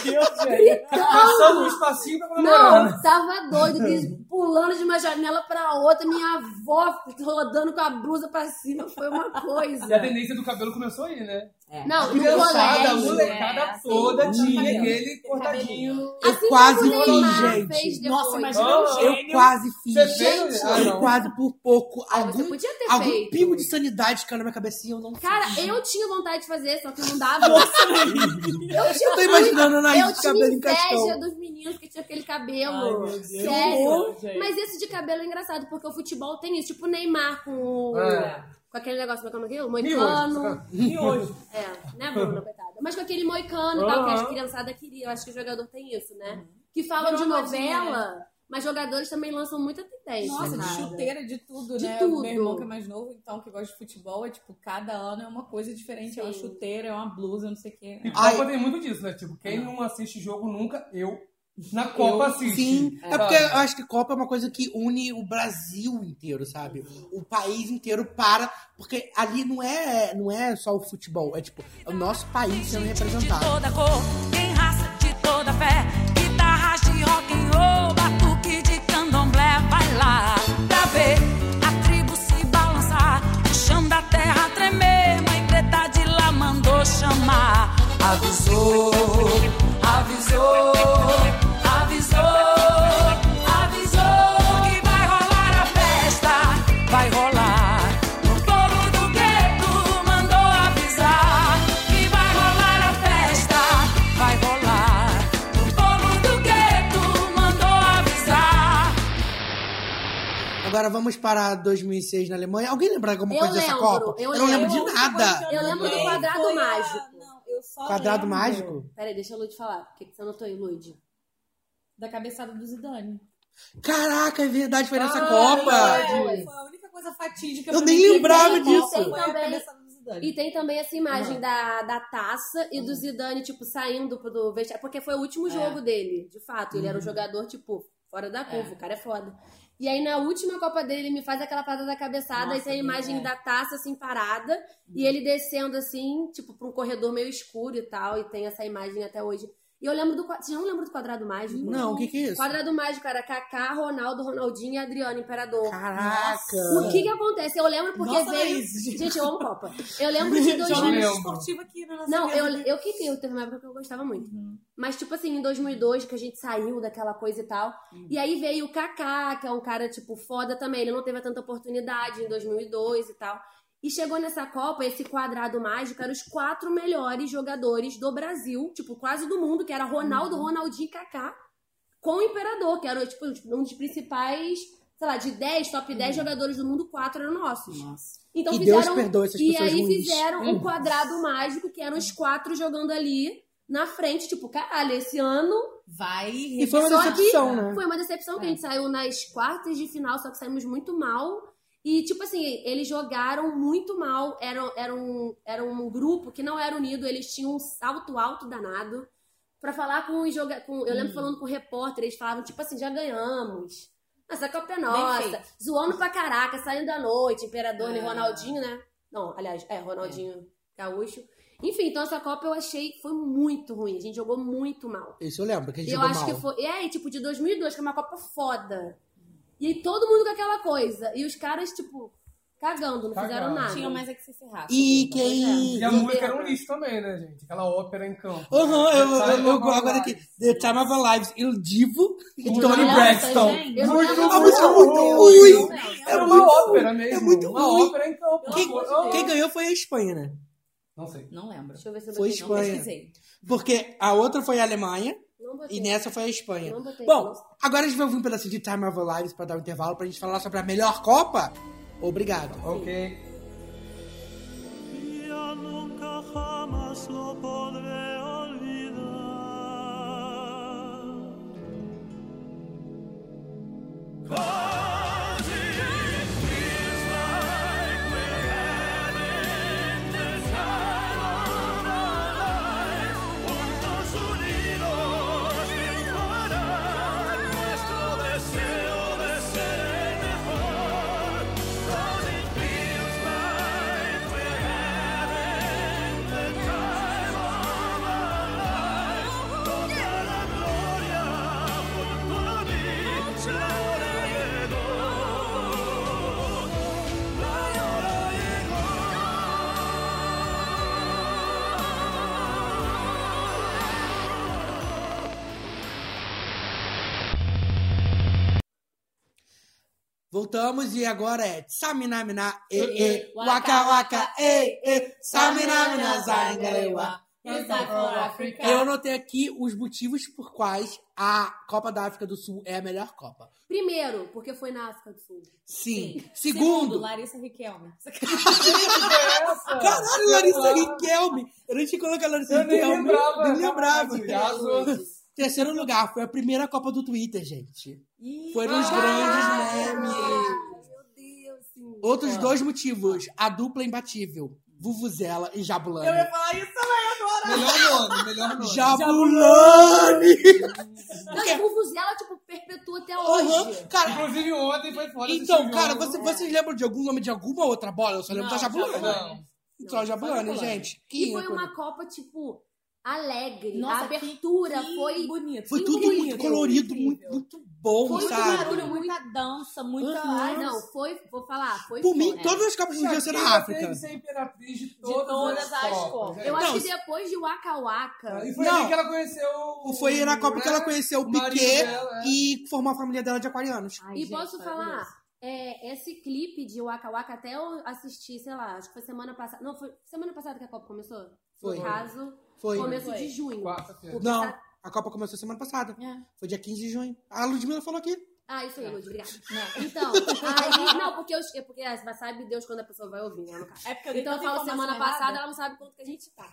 Deus, velho. Ah! Passando um espacinho pra comemorar. Não, tava doido, Cris, pulando de uma janela pra outra, minha avó rodando com a blusa pra cima, foi E uma a coisa. É. tendência do cabelo começou aí, né? Não, no Criançada, a colégio. molecada é, assim, toda sim. tinha Cabelo. aquele cortadinho. Eu Assim quase como o Neymar fiz, fez gente. depois. Nossa, imagina Ah, um eu- gênio. Eu quase fiz. Você veio? Ah, eu não. quase por pouco. Ah, algum Você podia ter algum feito. pingo de sanidade caiu na minha cabeça e eu não fiz. Cara, eu tinha vontade de fazer, só que não dava. eu tinha né? eu tô imaginando na Eu Naís de tinha cabelo em inveja caixão. dos meninos que tinha aquele Ai, meu cabelo. Deus. Sério. Gente. Mas isso de cabelo é engraçado, porque o futebol tem isso. Tipo o Neymar com o. É. Com aquele negócio, como é que é o nome daquilo? Miojo, Moicano. E hoje? É, né, Bruna, coitada? Mas com aquele moicano e tal, que as criançadas queriam. Eu acho que o jogador tem isso, né? Uhum. Que falam de Virou uma modinha, novela, mas jogadores também lançam muita tendência. Nossa, de sabe? chuteira, de tudo, De né? tudo. Meu irmão que é mais novo, então, que gosta de futebol, é tipo, cada ano é uma coisa diferente. É uma Sim. chuteira, é uma blusa, não sei o quê. E Ai. Copa tem muito disso, né? Tipo, quem não assiste jogo nunca, eu. Na Copa assiste. Sim, é Sabe? porque eu acho que Copa é uma coisa que une o Brasil inteiro, sabe? O país inteiro para, porque ali não é, não é só o futebol, é tipo, é o nosso país sendo representado. toda cor, tem raça de toda fé, guitarras de rock and roll, batuque de candomblé, vai lá pra ver a tribo se balançar, o chão da terra tremer, mãe preta de lá mandou chamar, avisou, avisou, avisou, avisou que vai rolar a festa, vai rolar. O povo do gueto mandou avisar que vai rolar a festa, vai rolar. O povo do gueto mandou avisar. Agora vamos para 2006 na Alemanha. Alguém lembra alguma Eu coisa dessa lembro, Copa? eu não lembro. lembro de nada. Eu lembro do quadrado Foi a- mágico. Não, eu só Quadrado lembro mágico? Peraí, deixa a Lud falar. Por que, que você anotou aí, Lud? Da cabeçada do Zidane. Caraca, é verdade, foi nessa Ah, Copa. verdade. É, foi a única coisa fatídica Eu pra nem mim que lembrava teve disso. Copa, Foi a Também. cabeçada do Zidane. E tem também essa imagem da, da taça e do Zidane, tipo, saindo pro- do vestiário. Porque foi o É. último jogo dele, de fato. Ele era um Uhum. jogador, tipo, fora da curva. O cara é foda. E aí, na última Copa dele, ele me faz aquela parada da cabeçada. Nossa, e tem a imagem é. da taça, assim, parada. Uhum. E ele descendo, assim, tipo, pra um corredor meio escuro e tal. E tem essa imagem até hoje. E eu lembro do... qua- Vocês não lembram do quadrado mágico? Não, o que que é isso? Quadrado mágico era Kaká, Ronaldo, Ronaldinho e Adriano Imperador. Caraca. O que que acontece? Eu lembro porque Nossa, veio. Laís. Gente, eu amo Copa. Eu lembro de eu 2000. lembro. Jornalista esportivo aqui na nossa Não, mesa. eu, eu que tenho, teve uma época que eu gostava muito. Mas, tipo assim, em 2002, que a gente saiu daquela coisa e tal. E aí veio o Kaká, que é um cara, tipo, foda também. Ele não teve tanta oportunidade em 2002 e tal. E chegou nessa Copa, esse quadrado mágico eram os quatro melhores jogadores do Brasil, tipo, quase do mundo, que era Ronaldo, Ronaldinho e Kaká, com o Imperador, que era tipo, um dos principais, sei lá, de 10, top 10 jogadores do mundo, quatro eram nossos. Então Que fizeram, Deus perdoe essas E pessoas aí ruins. fizeram um Hum. quadrado mágico, que eram os quatro jogando ali na frente, tipo, caralho, esse ano Vai. E foi uma só que decepção, né? Foi uma decepção que a gente saiu nas quartas de final, só que saímos muito mal. E, tipo assim, eles jogaram muito mal. Era, era, um, era um grupo que não era unido, eles tinham um salto alto danado. Pra falar com os jogadores. Eu lembro Hum. falando com o repórter, eles falavam, tipo assim, já ganhamos. Essa Copa é nossa. feito. Zoando pra caraca, saindo à noite, Imperador e Ah. Ronaldinho, né? Não, aliás, é, Ronaldinho Gaúcho. Enfim, então essa Copa eu achei que foi muito ruim. A gente jogou muito mal. Isso eu lembro, que a gente Eu jogou acho mal. que foi. E aí, tipo, de 2002, que é uma Copa foda. E aí todo mundo com aquela coisa. E os caras, tipo, cagando, não fizeram Cagando. nada. Tinha mais é que se ferrar. E Então, quem... E a Sim. música era um lixo também, né, gente? Aquela ópera em campo. Aham, eu, eu, Time eu, eu of Our agora aqui. Lives. The Time of Our Lives, Il Divo e Nossa, Tony Braxton. gente, eu Muito jogava A música é muito. muito ruim. ruim. Era é É uma muito ópera ruim. mesmo. É muito uma ruim. ópera em campo. Quem- Pelo amor de Quem Deus. ganhou foi a Espanha, né? Não sei. Não lembro. Deixa eu ver se eu Foi botei. Não Espanha. pesquisei. Porque a outra foi a Alemanha Não, não botei. e nessa foi a Espanha. Não botei, Bom, não. agora a gente vai ouvir um pedacinho de Time of Our Lives pra dar um intervalo pra gente falar sobre a melhor Copa. Obrigado. Ok. Yo nunca jamás lo podré olvidar. Voltamos e agora é Saminamina, e E, e, waka waka, e e, Saminamina, zangarewa. Eu anotei aqui os motivos por quais a Copa da África do Sul é a melhor Copa. Primeiro, porque foi na África do Sul. Sim. Segundo, Segundo, Larissa Riquelme. caralho, Larissa Riquelme. Eu não tinha colocado Larissa Eu nem Riquelme. lembrava. Nem lembrava. Obrigado. Terceiro lugar, foi a primeira Copa do Twitter, gente. Ih, Foram os ah, grandes memes. Meu Deus, sim. Outros dois motivos, a dupla imbatível, Vuvuzela e Jabulani. Melhor nome, melhor nome. Jabulani! Não, a Vuvuzela, tipo, perpetua até hoje. Aham, Cara, Inclusive ontem foi fora então, cara, você, vocês lembram de algum nome de alguma outra bola? Eu só lembro Não, da Jabulani. Jabulani. Não. Só a Jabulani, Jabulani. gente. Que E foi ícone. uma Copa, tipo, alegre. Nossa, a abertura que foi. é bonito. Foi tudo muito incrível, colorido, muito, incrível. muito bom, Foi um muito sabe? barulho, muita dança, muita. Aham. Ai, Ah, não, foi. Vou falar, foi. Por né? mim, foda. todas as Copas podiam ser na África. Tem que ser imperatriz de todas todas, as Copas. Copas. É. Eu Não, acho que se- depois de Waka Waka. E foi Não. ali que ela conheceu. o- Foi na Copa que ela né? conheceu o marido Piquet dela, é. e formou a família dela de aquarianos. Ai, E gente, posso falar, maravilhoso. é, esse clipe de Waka Waka, até eu assisti, sei lá, acho que foi semana passada. Não, foi semana passada que a Copa começou? Foi. No caso, Foi. começo Foi. de junho. Quarta-feira. Não, a Copa começou semana passada. É. Foi dia 15 de junho. A Ludmilla falou aqui. Ah, isso Tá. aí, Lud, obrigada. Então, aí, não, porque, eu, é porque é, sabe Deus quando a pessoa vai ouvir, né, no caso. É porque eu dei Então eu tanta falo informação semana errada. passada, ela não sabe quanto que a gente tá.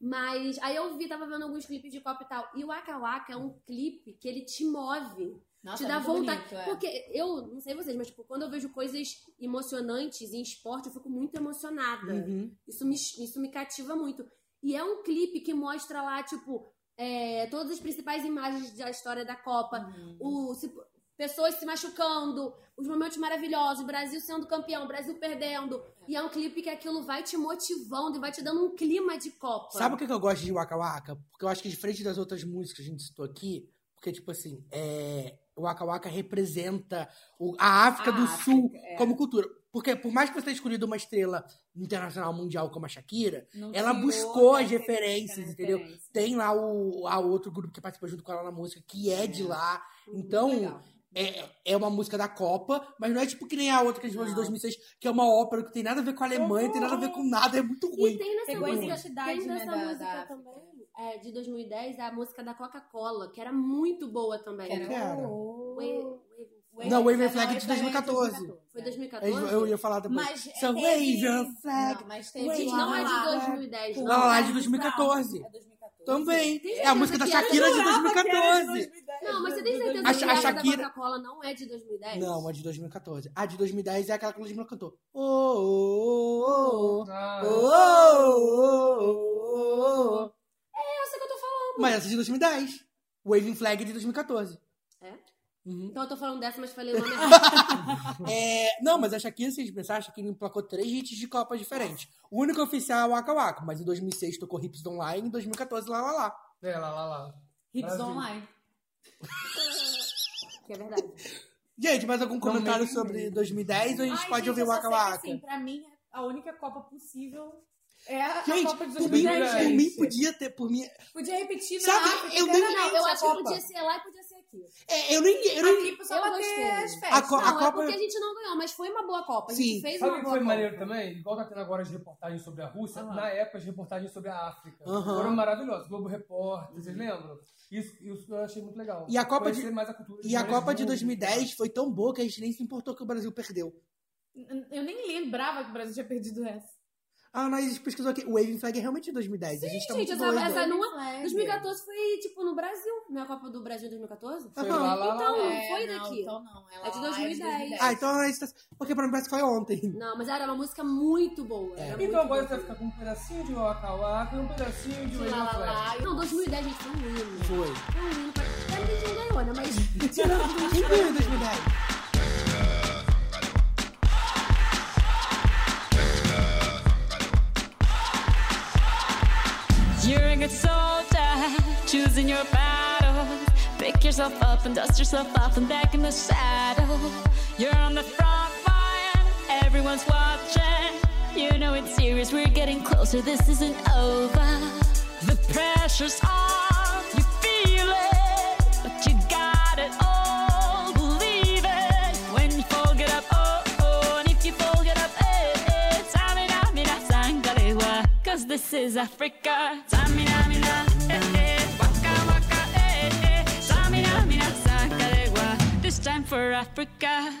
Mas aí eu vi, tava vendo alguns clipes de Copa e tal. E o Waka Waka é um clipe que ele te move. Nossa, te dá muito vontade. bonito, é. Porque eu, não sei vocês, mas tipo, quando eu vejo coisas emocionantes em esporte, eu fico muito emocionada. Uhum. Isso, me, isso me cativa muito. E é um clipe que mostra lá, tipo, é, todas as principais imagens da história da Copa. Uhum. O, se- pessoas se machucando, os momentos maravilhosos, o Brasil sendo campeão, o Brasil perdendo. E é um clipe que aquilo vai te motivando e vai te dando um clima de Copa. Sabe o que que eu gosto de Waka Waka? Porque eu acho que diferente das outras músicas que a gente citou aqui, porque, tipo assim, é... o Waka Waka representa o- a África A do África, Sul é. como cultura. Porque, por mais que você tenha escolhido uma estrela internacional mundial como a Shakira, Não ela tirou buscou as essa referências, entendeu? né? referência. Tem lá o a outro grupo que participou junto com ela na música, que é, de lá. Então, Legal. É, é uma música da Copa, mas não é tipo que nem a outra que a gente falou de 2006, que é uma ópera que tem nada a ver com a Alemanha, tem nada a ver com nada, é muito ruim. E tem nessa Pegou a música, identidade, tem né, nessa da- da música África. também, é, de 2010, a música da Coca-Cola, que era muito boa também. Era. que é? era? Wave- o- Wave- Wave Não, Wave Flag Flag de 2014. Foi É. Eu, 2014? eu ia falar depois. Mas é, São teve- Wave and Flag. Não, mas teve Gente, não uma é de balada 2010, com não. Não, é de Charlie 2014. Brown. É 2014. Também. Tem É a certeza música da que era? Shakira de Eu jurava que era de 2014. 2010. Não, mas você tem certeza A- que a a, essa Shakira- da Coca-Cola não é de 2010? Não, a de 2014. A de 2010 é aquela que o Luiz Melo cantou. Oh, oh, oh, oh, Ah, oh, oh, oh, oh. É essa que eu tô falando. Mas essa é de 2010. Waving Flag de 2014. É? Uhum. Então eu tô falando dessa, mas falei o nome errado. É, não, mas a Shakira, se a gente pensar, a Shakira emplacou três hits de Copas diferentes. O único oficial é o Waka Waka, mas em 2006 tocou Hips Online, em 2014 lá lá lá. é, lá, lá, lá. Hips Brasil. Online. que é verdade. Gente, mais algum comentário meio que sobre 2010 ou a gente Ai, pode gente, ouvir eu o só Waka sei que, Waka? Assim, pra mim, a única Copa possível é a Gente, Copa de por mim, 2010. por mim podia ter, por mim, Podia repetir na Sabe, África. eu nem- inteira, Não, não, eu a acho Copa. que podia ser lá e podia ser aqui. é, eu nem, eu nem, Aqui pra só Eu bater gostei. as A festas. co- não, é Copa- porque a gente não ganhou, mas foi uma boa Copa. A gente Sim. fez Sabe o uma que boa foi Copa. maneiro também? Igual tá tendo agora as reportagens sobre a Rússia, na época as reportagens sobre a África. Ah. Aham. Uhum. Foram maravilhosas. Globo Repórter, vocês lembram? Isso, isso eu achei muito legal. E a Copa de- Conhecer mais a cultura E a vários Copa de mundos. 2010 foi tão boa que a gente nem se importou que o Brasil perdeu. N- Eu nem lembrava que o Brasil tinha perdido essa. Ah, nós pesquisou aqui. O Waving Flag é realmente de 2010. a gente tá Gente, muito essa, doido. essa não... Flag. 2014 foi, tipo, no Brasil. Minha Copa do Brasil 2014? Foi Aham. lá, lá, lá, Então, lá. não foi não, daqui. Então não, ela É de lá 2010. Ah, então a gente tá... Porque pra mim parece que foi ontem. Não, mas era uma música muito boa. Era muito Então agora boa. você vai ficar com um pedacinho de Waka Waka e um pedacinho de Lá, Waving lá, Flag. lá. Não, 2010, gente, foi um hino. Foi. Foi um hino. pra- É, a gente ganhou, né? Mas Quem ganhou em 2010? You're a good soldier, choosing your battles. Pick yourself up and dust yourself off and back in the saddle. You're on the front line, everyone's watching. You know it's serious, we're getting closer, this isn't over. The pressure's on, you feel it, but you got it all, believe it. When you fold it up, oh, oh, and if you fold it up, eh, eh, tamina, mina, sangalewa, cause this is Africa. Tamina, mina, eh, eh, waka, waka, eh, eh, tamina, mina, sangalewa, this time for Africa.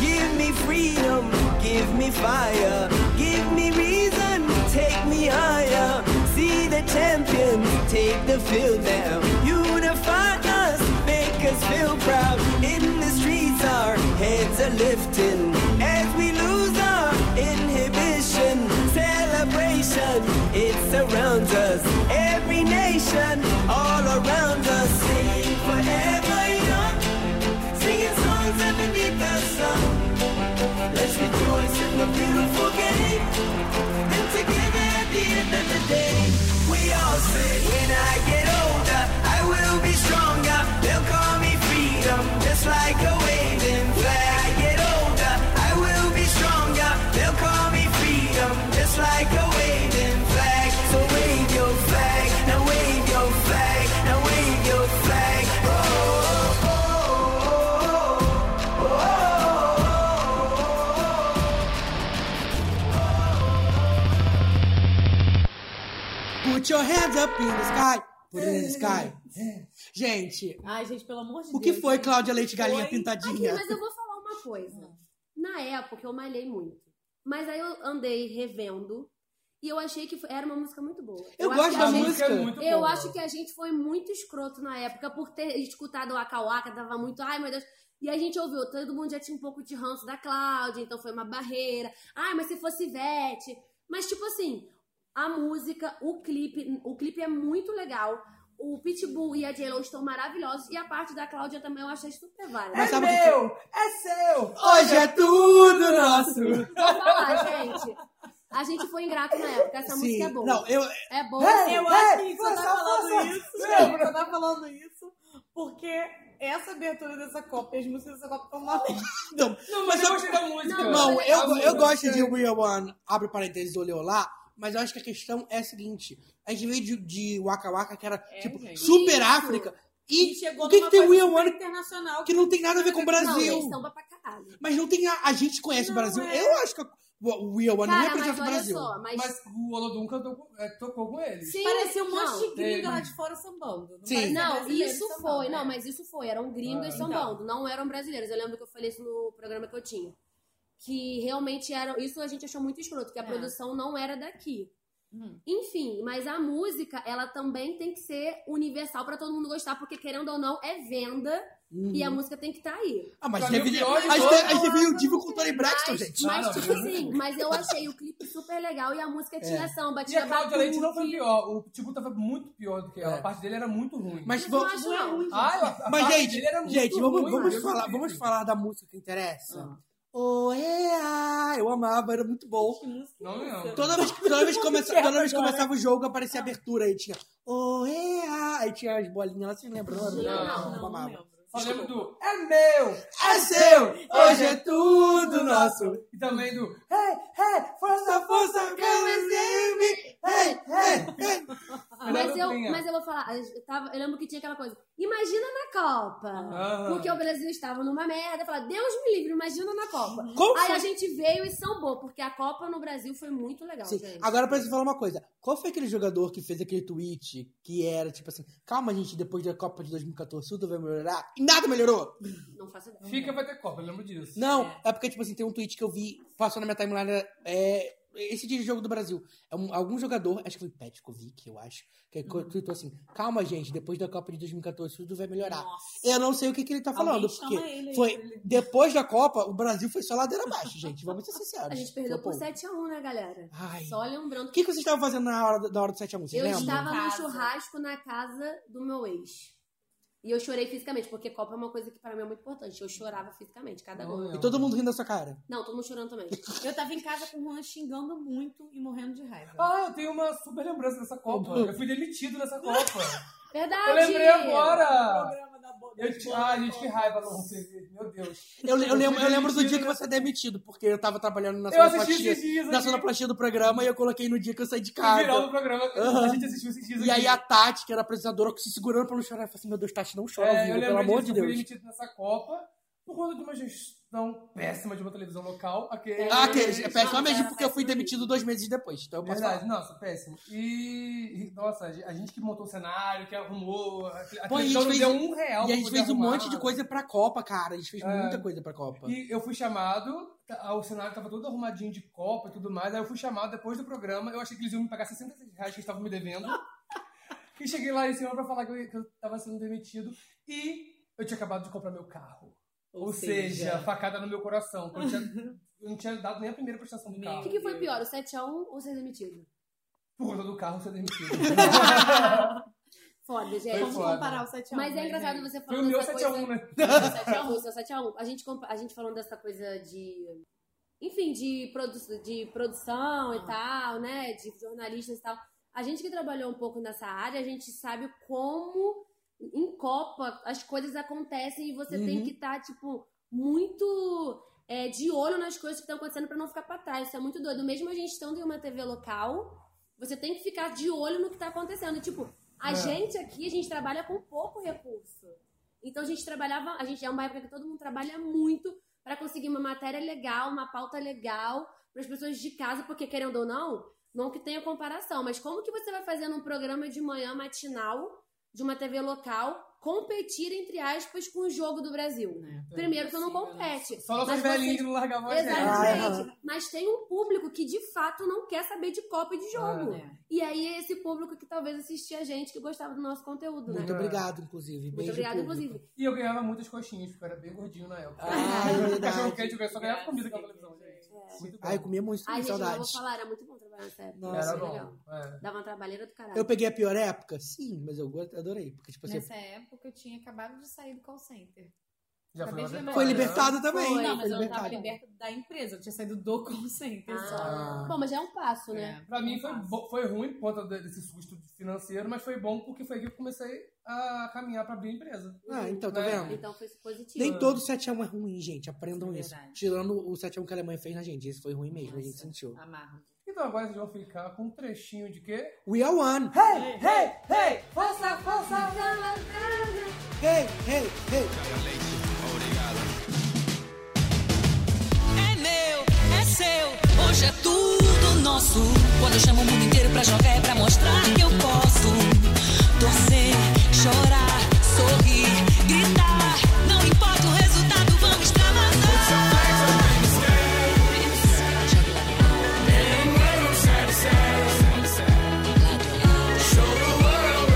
Give me freedom, give me fire, give me reason, take me higher. See the champions, take the field now. Unify us, make us feel proud. In the streets, our heads are lifting as we lose our inhibition. Celebration, it surrounds us. Every nation, all around us. Sing forever young singing songs that beneath the sun. Let's rejoice in the beautiful game. And together at the end of the day, we all say, when I get older, I will be stronger. They'll call me freedom, just like a waving flag. I get older, I will be stronger. They'll call me freedom, just like a waving flag. So wave your flag, now wave your flag, now wave your flag. Oh. Put your hands up in the sky. Put it in the sky. Gente, Ai, gente, pelo amor de o Deus. que foi Cláudia Leite Galinha Foi. Aqui, Pintadinha? mas eu vou falar uma coisa. Na época eu malhei muito. Mas aí eu andei revendo e eu achei que foi- era uma música muito boa. Eu acho gosto que da a gente- música. é muito Eu boa. acho que a gente foi muito escroto na época por ter escutado o Akawaka, tava muito, ai meu Deus. E a gente ouviu, todo mundo já tinha um pouco de ranço da Cláudia, então foi uma barreira. Ai, mas se fosse Ivete. Mas tipo assim, a música, o clipe, o clipe é muito legal. O Pitbull e a J-Lo estão maravilhosos. E a parte da Cláudia também eu achei super válida. Mas sabe o que que- é seu! Hoje é tudo nosso. Vou falar, gente. A gente foi ingrato na época. Essa Sim. música é boa. Não, eu- É boa. Ei, Assim, Eu ei, acho que você força, tá falando força. isso, Lembra? gente. Você tá falando isso porque essa abertura dessa Copa e as músicas dessa Copa estão mal. Não, Não, mas eu gostei da música. Não, A eu, música. eu gosto de We Are One, abre parênteses, olhou lá, mas eu acho que a questão é a seguinte: a gente veio de, de Waka Waka, que era tipo gente. super Isso. África, e, E chegou o que, numa que tem We coisa Are One internacional que não tem nada a ver com o Não, Brasil? eles samba pra caralho. mas não tem. A, a gente conhece o Brasil. é. Eu acho que a, o We Are One não é Cara, representa mas o olha Brasil. só, mas- Mas o Olodum cantou, com- é, tocou com eles. Sim, Parecia um não. monte de gringa Teve. lá de fora sambando. Não Sim. parecia Não, brasileiro isso sambando, foi. né? então. Não, mas isso foi. Eram gringos Ah, sambando, não eram brasileiros. Eu lembro que eu falei isso no programa que eu tinha. Que realmente eram. Isso a gente achou muito escroto, que a É. produção não era daqui. Hum. Enfim, mas a música, ela também tem que ser universal pra todo mundo gostar, porque querendo ou não, é venda Uhum. e a música tem que estar aí. Ah, mas Pra teve, mim, o pior de mas todos- teve, mas teve é o Divo com o Tony Braxton, mas, gente. mas, Ah, não, tipo não. assim, mas eu achei o clipe super legal e a música É. tinha samba, E tinha um a Cláudia Leite não foi batuque. pior. O Tibu tava muito pior do que ela. É. A parte dele era muito ruim. Mas, Não vamos- acho né? não. Ai, a- a Mas, parte gente, dele era muito gente, vamos, ruim, vamos, Deus falar, me livre. vamos falar da música que interessa. Oh, yeah. Eu amava, era muito bom. Que música Não, é não. essa? Toda vez, toda vez, que, começa, Quebra toda vez que agora. começava o jogo, aparecia a abertura aí, tinha. Oh, yeah. Aí tinha as bolinhas lá, vocês lembram? Não, né? Eu Não, não amava. lembro. Só lembro do É meu! É seu! Hoje é tudo nosso! E também do Hey, hey, força, força, come and save me! Hey, hey, hey! Ah, Mas Fernando eu, Cunha. mas eu vou falar, eu, tava, eu lembro que tinha aquela coisa. Imagina na Copa. Aham. Porque o Brasil estava numa merda. Falar, Deus me livre, imagina na Copa. Como Aí foi? a gente veio e sambou, porque a Copa no Brasil foi muito legal, Sim. gente. Agora, pra você falar uma coisa. Qual foi aquele jogador que fez aquele tweet que era tipo assim: calma, gente, depois da Copa de 2014 tudo vai melhorar? E nada melhorou! Não faço ideia. Fica vai ter Copa, eu lembro disso. Não, é, porque, tipo assim, tem um tweet que eu vi, passou na minha timeline. É, esse dia de jogo do Brasil. É um- algum jogador, acho que foi Petkovic, eu acho, que Uhum. co- tweetou assim: calma, gente, depois da Copa de 2014 tudo vai melhorar. Nossa. Eu não sei o que, que ele tá Alguém falando, chama porque ele aí foi pra ele- depois da Copa, o Brasil foi só ladeira abaixo, gente. Vamos ser sinceros. A gente perdeu por Flopou. 7x1, né, galera? Ai. Só lembrando O que, que vocês estavam fazendo na hora, da hora do 7x1? Vocês eu lembram? estava num Casa. churrasco na casa do meu ex. E eu chorei fisicamente, porque Copa é uma coisa que pra mim é muito importante. Eu chorava fisicamente, cada gol. E todo mundo rindo da sua cara. Não, todo mundo chorando também. Eu tava em casa com o Juan xingando muito e morrendo de raiva. Ah, eu tenho uma super lembrança dessa Copa. Eu fui demitido nessa Copa. Verdade! eu lembrei agora. programa da boca. Eu te... Ah, gente, que raiva, não sei. Meu Deus. Eu, eu, lembro, eu lembro do demitido dia que você é demitido, porque eu tava trabalhando na Eu assisti sonoplastia, esses dias na aqui. sonoplastia do programa e eu coloquei no dia que eu saí de No final do casa. programa, Aham. a gente assistiu esses dias E aqui. aí a Tati, que era apresentadora, se segurando pra não chorar, eu falei assim, meu Deus, Tati, não chora ao É, eu vivo, lembro pelo amor disso, de Eu fui Deus. demitido nessa Copa por conta de uma gestão péssima de uma televisão local. Aquele... Ah, que é péssimo Não, mesmo, era porque eu fui péssimo. demitido dois meses depois, então eu posso Verdade, nossa, péssimo. E, e, nossa, a gente que montou o cenário, que arrumou, a falar. a Pô, e a televisão não gente fez, deu um real. e a pra gente poder fez um arrumar. monte de coisa pra Copa, cara, a gente fez É. muita coisa pra Copa. E eu fui chamado, tá, o cenário tava todo arrumadinho de copa e tudo mais, aí eu fui chamado depois do programa, eu achei que eles iam me pagar 66 reais que eles estavam me devendo. e cheguei lá em cima pra falar que eu, que eu tava sendo demitido e eu tinha acabado de comprar meu carro. Ou, seja, facada no meu coração. porque Eu, tinha- eu não tinha dado nem a primeira prestação do O carro. que, que foi pior, o 7x1 ou ser demitido? Por conta do carro ser demitido. Foda, gente. Foi Vamos foda. comparar o 7x1. Mas é engraçado você Foi falando o meu dessa 7x1, coisa... né? o seu 7x1. A gente, compa- a gente falando dessa coisa de... Enfim, de, produ- de produção e tal, né? De jornalistas e tal. A gente que trabalhou um pouco nessa área, a gente sabe como em Copa as coisas acontecem e você tem Uhum. que estar, tipo, muito é, de olho nas coisas que estão acontecendo pra não ficar pra trás. Isso é muito doido. Mesmo a gente estando em uma TV local, você tem que ficar de olho no que tá acontecendo. Tipo, a É. gente aqui, a gente trabalha com pouco recurso. Então a gente trabalhava, a gente é uma época que todo mundo trabalha muito pra conseguir uma matéria legal, uma pauta legal para as pessoas de casa, porque querendo ou não, não que tenha comparação, mas como que você vai fazer num programa de manhã matinal de uma TV local competir, entre aspas, com o jogo do Brasil. Primeiro, tu não compete. Só nossos Mas velhinhos não largavam a gente. Ah, Exatamente. Mas tem um público que de fato não quer saber de Copa e de jogo. Ah, é. E aí é esse público que talvez assistia a gente que gostava do nosso conteúdo, né? Muito obrigado, inclusive. Muito obrigado, inclusive. E eu ganhava muitas coxinhas, porque eu era bem gordinho na época. Ah, é verdade. Cachorro quente, eu só É, ganhava comida com a televisão, gente. Muito bom. Ai, eu comia muito, Ai, gente, eu vou saudade. falar, era muito bom trabalhar na série. Nossa, era era legal. bom, é. Dava uma trabalheira do caralho. Eu peguei a pior época? Sim, mas eu go- adorei. Porque, tipo assim, Nessa época eu tinha acabado de sair do call center. Já Acabei de foi libertado. lembrar. Foi libertado também, Foi, né? não, mas Foi eu não tava libertado. liberta da empresa, eu tinha saído do call center Ah. só. Bom, mas já é um passo, né? Pra mim foi, bo- foi ruim por conta de- desse susto financeiro, mas foi bom porque foi aqui que eu comecei a caminhar pra abrir a empresa. Ah, então, tá Né? vendo? Então foi positivo. Nem todo 7x1 é ruim, gente. Aprendam É isso. verdade. Tirando o 7x1 que a Alemanha fez na gente. Esse foi ruim mesmo, a gente sentiu. Amargo. Então agora vocês vão ficar com um trechinho de quê? We are one! Hey, hey, hey! Força, força! Hey, hey, hey! É meu, é seu, hoje é tudo nosso. Quando eu chamo o mundo inteiro pra jogar é pra mostrar que eu posso. Torcer, chorar, sorrir, gritar. Não importa o resultado, vamos extravasar. Jogue lá no alto. Lá do alto.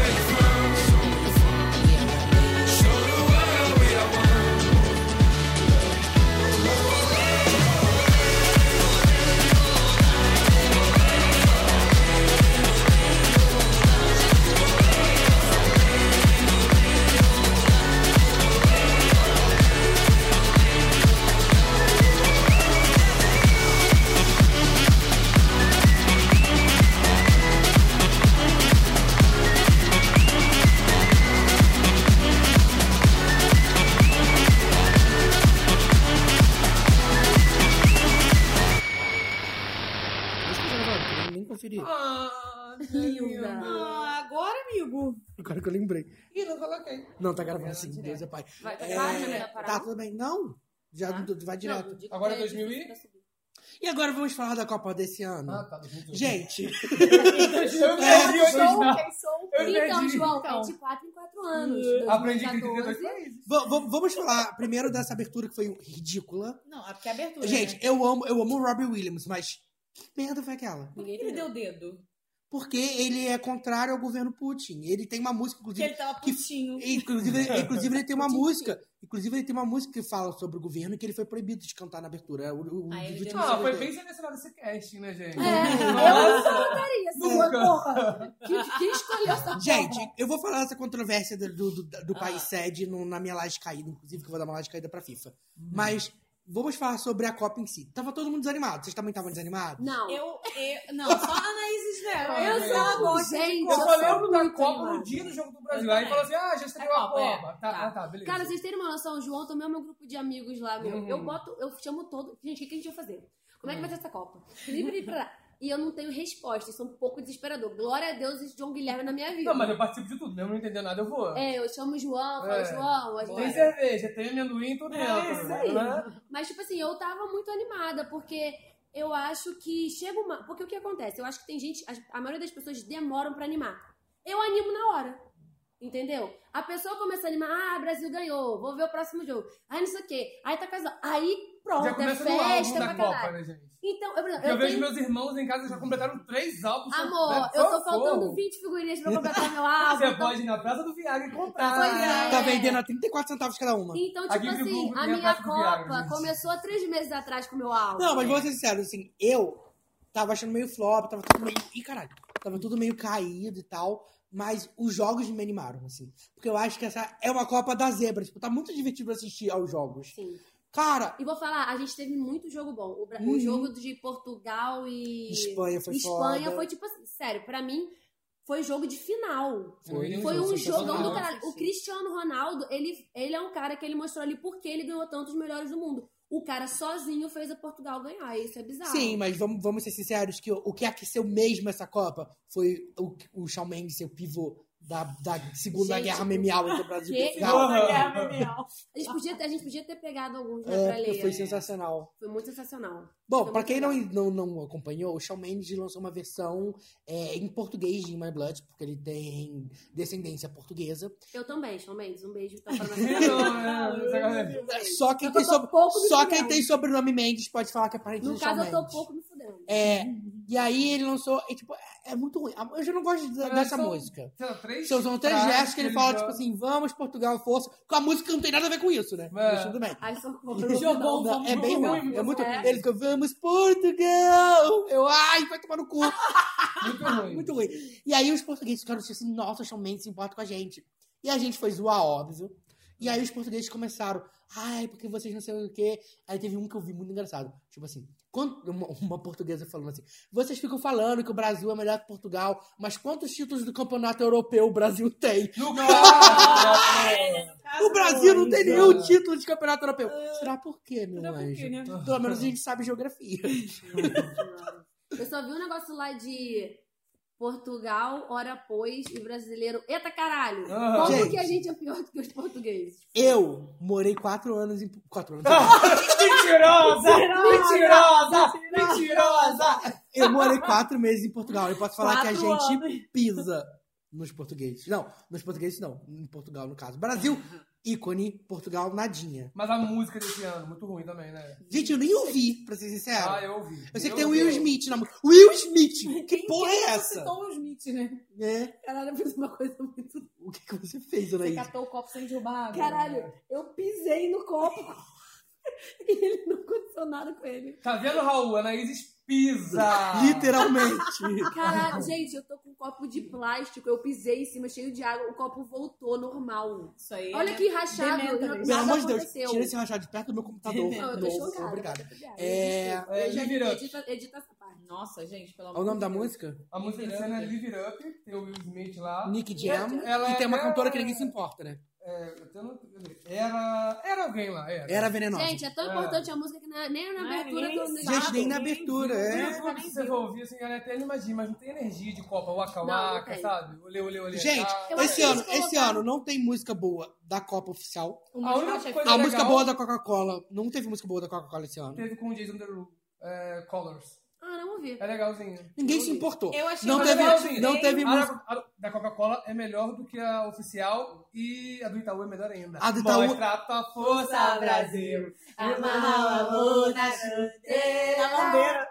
Nem conferi. Ah, Ah, agora, amigo. Agora que eu lembrei. Ih, não coloquei. Não, tá gravando assim, Deus é pai. Vai, É, vai, né? vai, vai. tá tudo bem? Não? Já du- vai direto. Agora é 2000 e... E agora vamos falar da Copa desse ano. Ah, tá, 2018. Gente, É, Eu perdi hoje, não. Eu Então, perdi. João, é de 4 em 4 anos. Aprendi que 2014. 32 países. va- va- vamos falar primeiro dessa abertura que foi ridícula. Não, é porque é abertura. Gente, né? eu amo, eu amo o Robbie Williams, mas que merda foi aquela? Por que ele deu o dedo? Porque ele é contrário ao governo Putin. Ele tem uma música, Porque inclusive. ele tava putinho. Inclusive, ele- inclusive ele tem uma música. Inclusive, ele tem uma música que fala sobre o governo e que ele foi proibido de cantar na abertura. O, o, Aí ele dos deu- últimos Ah, foi aberturas. bem selecionado esse casting, né, gente? É. Eu não cantaria essa Nunca. porra. Quem, quem escolheu essa porra? Gente, eu vou falar essa controvérsia do, do, do- do país sede no- na minha laje caída, inclusive, que eu vou dar uma laje caída pra FIFA. Mas vamos falar sobre a Copa em si. Tava todo mundo desanimado. Vocês também estavam desanimados? Não. Eu, eu. Não, só a Anaíses né? dela. Eu só sou gosto de Gente, Eu eu só sou lembro da muito Copa no animada. dia do Jogo do Brasil. Aí fala assim, ah, já estreou a Copa, é. Copa. Tá, ah, tá, beleza. Cara, assim, vocês terem uma noção, o João também é meu grupo de amigos lá, meu. Uhum. Eu boto, eu chamo todo. Gente, o que que a gente vai fazer? Como é que vai ser essa Copa? E eu não tenho resposta, isso é um pouco desesperador. Glória a Deus e João Guilherme é na minha vida. Não, mas eu participo de tudo. Mesmo não entendendo nada, eu vou. É, eu chamo o João, falo, É. João, a gente Tem cerveja, tem amendoim, tudo dentro. É isso aí. né? Mas, tipo assim, eu tava muito animada, porque eu acho que chega uma. Porque o que acontece? Eu acho que tem gente. as- A maioria das pessoas demoram pra animar. Eu animo na hora. Entendeu? A pessoa começa a animar, ah, Brasil ganhou, vou ver o próximo jogo. Aí não sei o quê. Aí tá casando. Aí pronto, Já é começa no álbum festa da pra Copa, caralho. né, gente? Então, eu, por exemplo, Eu, eu vejo tenho- meus irmãos em casa já completaram três álbuns. Amor, né? eu tô Socorro. faltando 20 figurinhas pra completar meu álbum. Você então- pode ir na Praça do Viagra e comprar. Pois é. Tá vendendo a 34 centavos cada uma. Então, tipo Aqui que o assim, Google a tem a minha taxa do Copa Viagra, gente. começou há três meses atrás com o meu álbum. Não, mas vou ser sincero, assim, eu tava achando meio flop, tava tudo meio. Ih, caralho, tava tudo meio caído e tal. Mas os jogos me animaram, assim. Porque eu acho que essa é uma Copa da Zebra. Tipo, tá muito divertido assistir aos jogos. Sim. Cara, E vou falar, a gente teve muito jogo bom. O, Bra- o Uhum. jogo de Portugal e. Espanha foi Espanha foda. foi tipo assim, sério, pra mim foi jogo de final. Foi. Foi um jogão do sensacional. caralho. O Cristiano Ronaldo, ele, ele é um cara que ele mostrou ali porque ele ganhou tantos melhores do mundo. O cara sozinho fez a Portugal ganhar. Isso é bizarro. Sim, mas vamos, vamos ser sinceros que o, o que aqueceu mesmo essa Copa foi o, o Shawn Mendes, seu pivô, da, da Segunda Gente, Guerra Memial entre o Brasil e que- Portugal. Segunda Guerra Memial. A gente podia, ter- a gente podia ter pegado alguns, né, É, pra porque ler. foi sensacional. Foi muito sensacional. Bom, pra quem não, não, não acompanhou, o Shawn Mendes lançou uma versão é, em português de In My Blood, porque ele tem descendência portuguesa. Eu também, Shawn Mendes. Um beijo. Tá Só quem, tem, sobre- me só quem fudendo. tem sobrenome Mendes pode falar que é parente um No do Shawn caso, eu tô um Mendes. pouco me fudendo. É, e aí ele lançou, e, tipo, é, é muito ruim. Eu já não gosto de- Olha, dessa são- música. sei lá, tá três São, são três frases gestos que ele que fala, ele tipo dá. assim, vamos, Portugal, força. Com a música que não tem nada a ver com isso, né? Mas tudo bem. Ai, socorro. Não, não, é bem Não, ruim. É muito é. Ele ficou, vamos, Portugal! Eu, ai, vai tomar no cu. assim, muito "Ah, ruim. E aí os portugueses ficaram tipo assim, nossa, Shawn Mendes se importa com a gente. E a gente foi zoar, óbvio. E aí os portugueses começaram, ai, porque vocês não sei o quê. Aí teve um que eu vi muito engraçado. Tipo assim, quant- uma, uma portuguesa falando assim, vocês ficam falando que o Brasil é melhor que Portugal, mas quantos títulos do campeonato europeu o Brasil tem? O Brasil não tem nenhum título de campeonato europeu. é. Ah, Será por quê, meu né? anjo? Pelo menos a gente sabe geografia. Eu só vi um negócio lá de Portugal, hora pois, e brasileiro. Eita caralho! Aham. Como Gente. que a gente é pior do que os portugueses? Eu morei quatro anos em. Quatro anos. Mentirosa! Mentirosa! Mentirosa! Eu morei quatro meses em Portugal. Eu posso falar que a Quatro gente pisa nos portugueses. Não, nos portugueses não. Em Portugal, no caso. Brasil, ícone. Portugal, nadinha. Mas a música desse ano, muito ruim também, né? Gente, eu nem ouvi, pra ser sincero. Ah, eu ouvi. É. Eu sei que Eu tem o ouvi. Will Smith na música. Will Smith! Que Quem- porra quem é essa? ressuscitou o Smith, né? É. Caralho, eu fiz uma coisa muito. O que, que você fez, Anaís? Você catou o copo sem derrubar. água. Caralho, eu pisei no copo e ele não aconteceu nada com ele. Tá vendo, Raul? Anaíses pisa! Literalmente. Caralho, gente, eu tô com um copo de plástico, eu pisei em cima, cheio de água, o copo voltou normal. Isso aí. né? Olha que rachado, Dementa, não- né? Pelo nada amor de Deus, aconteceu. tira esse rachado de perto do meu computador. Não, eu tô novo. chocada. É, Obrigado. É, É... É, Eu já- Live It Up. edita, edita essa parte. Nossa, gente, pelo Olha o amor nome de da Deus. música? A música desse ano é Live It Up, tem o Will Smith lá. Nick Jam. Ela E tem uma é- cantora que ninguém se importa, né? É, eu tenho- Era. Era alguém lá, era. Era venenosa. Gente, é tão É. importante a música que não é- nem na Não é, abertura ninguém que eu sabe. Gente, nem na ninguém abertura, viu, é. ninguém Tudo que você vai ouvir, assim, ela até imagina, mas não tem energia de Copa, Waka Não, não Waka, tem. sabe? Olê, olê, olê. Gente, Ah, Eu acho esse que eles ano, esse colocaram- ano não tem música boa da Copa oficial. a é única coisa A legal música boa da Coca-Cola. Não teve música boa da Coca-Cola esse ano. teve com o Jason Derulo, é, Colors. Ah, não ouvi. É legalzinho. Ninguém se importou. Eu achei não é uma teve, legalzinha. não teve A música. da- a da Coca-Cola é melhor do que a oficial e a do Itaú é melhor ainda. A do Itaú- Mostra a tua força, Brasil. Amarra o amor na chuteira.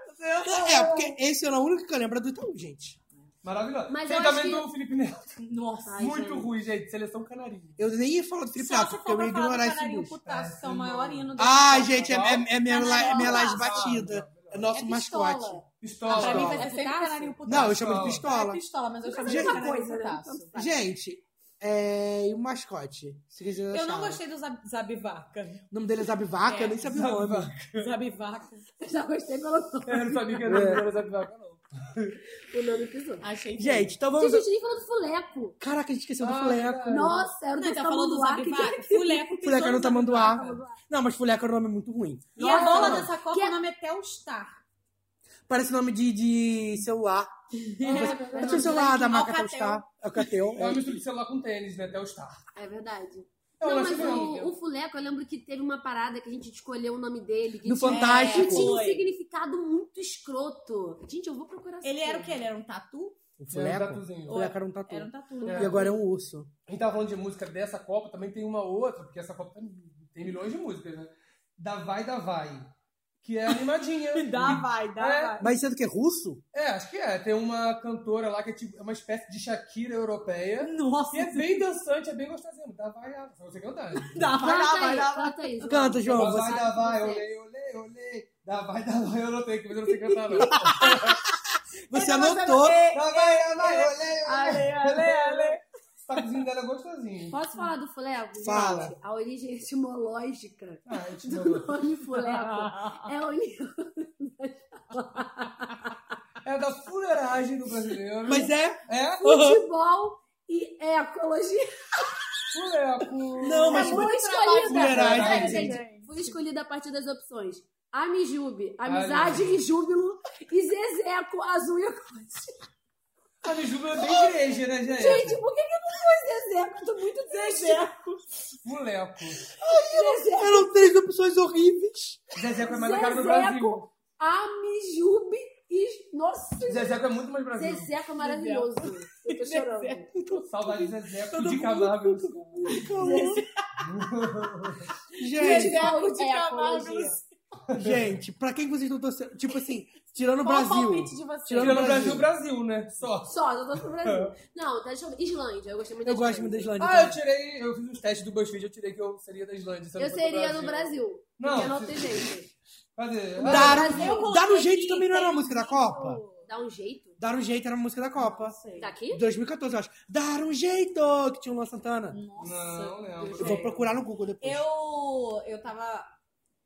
É, porque esse ano é a única que eu lembro é do Itaú, gente. Maravilhoso. Mas Tem eu também acho que- do Felipe Neto. Nossa. Ai, Muito gente. ruim, gente. Seleção Canarinho. Eu nem ia falar do Felipe Só Neto, se porque eu for ia pra falar ignorar do esse Canarinho e bicho. Putaço, que é o maior hino do Ah, Brasil. gente, é, é, é minha, Tá la- na é minha bola. laje batida. É nosso É pistola. mascote. Pistola. pra mim É vai ser sempre putaço? Canarinho e Putaço. Não, eu chamo de É pistola. pistola, mas eu chamo de Gente, Canarinho e coisa, né? Putaço. Gente, é, e o mascote? Se quiser Eu não achar. gostei do Zab- Zabivaca. O nome dele é Zabivaca, eu nem sabia o nome. Zabivaca. Eu já gostei pelo nome. Eu não sabia que É. era era Zé Pivaca, não. O nome pisou. Achei. Gente, então Gente, vamos. a gente nem falou do fuleco. Caraca, a gente esqueceu do Ah, Fuleco. Nossa, era o Não, do tá falando do Tamanduá, Zabivaca. que- Fuleco. é pisou Fuleco no não tá mandoá. Zabivaca. Não, mas Fuleco é um nome muito ruim. E a bola dessa Que Copa, é- o nome é Telstar. Parece nome de, de celular. É, É tipo o celular da marca Alcatel. Telstar. Alcatel. É uma mistura de celular com tênis, né? Até o Star. É verdade. Eu não, acho mas horrível. o, o Fuleco, eu lembro que teve uma parada que a gente escolheu o nome dele. Que No tinha, Fantástico. que tinha um Foi. significado muito escroto. Gente, eu vou procurar Ele saber. era o quê? Ele era um tatu? O É um Fuleco? tatuzinho. O Fuleco era um tatu. Era um tatu. né? É. E agora é um urso. A gente tava falando de música dessa Copa, também tem uma outra, porque essa Copa tem, tem milhões de músicas, né? Da Vai, da Vai. Que é animadinha. Dá, vai, dá, É. vai. Mas sendo que é russo? É, acho que é. Tem uma cantora lá que é tipo, é uma espécie de Shakira europeia. Nossa, E é bem dançante, é bem gostosinho. Da Vai, da Vai. Você cantar. né? dá, vai, dá, Canta vai, aí, dá, vai. canta aí. João. Canta, Da João. Vai, Você... da Vai, você. olê, olê, olê. Da Vai, da Vai, eu não tenho que eu não sei cantar, não. Da Você tá anotou. Vai, da Vai, olê, Ale, ale, ale. olê. O tacozinho dela é gostosinho. Posso falar do Fuleco? gente? Fala. A origem etimológica Ah, eu te do dou. nome Fuleco é a união. É da fuleiragem do brasileiro. Mas é. É? Futebol e é ecologia. Fuleco. Não, mas. é muito escolhida. fuleiragem, É, gente, Fui escolhida a partir das opções. Amijube, amizade e júbilo. E Zezeco, azul e acorde. A Jujuba é Oh. bem igreja, né, gente? Gente, por que, que eu não pus deserto? Eu tô muito deserto. Moleco. Deserto. Eram três opções horríveis. Zezeco é mais a cara do Brasil. Zezeco, Amijube e. Nossa! Zezeco é muito mais Brasil. Zezeco é maravilhoso. Eu tô chorando. Saudade de Zezeco de Camargo. Gente, Zezeco de Camargo. gente, pra quem que vocês estão torcendo? Tipo assim, tirando o Qual o Brasil. palpite de vocês? Tirando Tirando o Brasil, Brasil. Brasil, né? Só. Só, eu tô pro Brasil. Não, tá, deixa eu... Islândia, eu gostei muito Eu gosto muito da Islândia. Ah, eu tirei, eu fiz os testes do BuzzFeed, eu tirei que eu seria da Islândia. se Eu não fosse seria no Brasil. Não. Porque não tem jeito. Cadê? Ah, Dar, Brasil, eu dar um coloquei jeito aqui, também não era a tem música da um Copa? Dá um jeito? Dar um jeito era a música da Copa. Daqui? 2014, eu acho. Dar um jeito! Que tinha o Luan Santana. Não, lembro. Eu vou procurar no Google depois. Eu, eu tava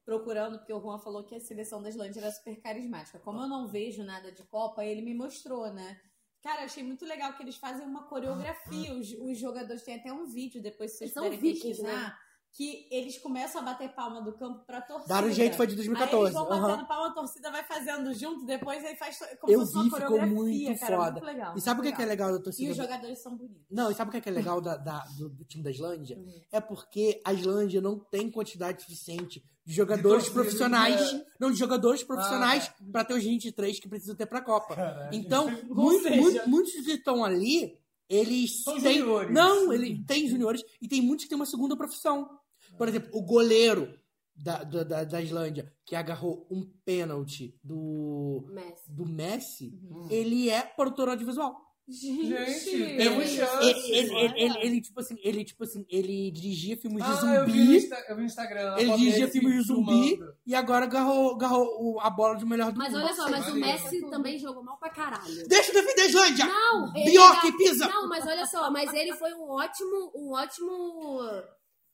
procurando, porque o Juan falou que a seleção da Islândia era super carismática. Como eu não vejo nada de Copa, ele me mostrou, né? Cara, achei muito legal que eles fazem uma coreografia. Os, os jogadores têm até um vídeo, depois se vocês Eles são puderem vikings, pesquisar, que eles começam a bater palma do campo pra torcida. Dar um jeito foi de Aí 2014. eles vão aham. batendo palma, a torcida vai fazendo junto, depois aí faz to- como Eu se fosse uma vi, ficou coreografia, muito cara, é foda. muito legal. E sabe o que, que é legal? legal da E torcida? os jogadores são bonitos. Não, e sabe o que é, que é legal da, da- do, do time da Islândia? Hum. É porque a Islândia não tem quantidade suficiente de jogadores De torcida, profissionais. né? Não, de jogadores profissionais pra ter os 23 que precisam ter pra Copa. Caralho. Então, Ou muito- seja- muito- muitos que estão ali, eles São têm. juniores. Não, ele tem juniores e tem muitos que têm uma segunda profissão. Por exemplo, o goleiro da, da, da- da Islândia, que agarrou um pênalti do, Messi. do Messi, Uhum. ele é produtor audiovisual. Gente, Tem temos Ah, chance. Ele, ele, ele, ele- ele, tipo assim, ele, tipo assim, ele dirigia filmes de Ah, eu vi no zumbi, Insta- eu vi no Instagram. a ele foto dirigia dele filmes de zumbi filmando. e agora agarrou, agarrou o- a bola de melhor do Mas mundo. olha só, mas o Maneiro. Messi também jogou mal pra caralho. Deixa eu defender a Islândia! Não, ele Bjork, era- pisa! Não, mas olha só, mas ele foi um ótimo, um ótimo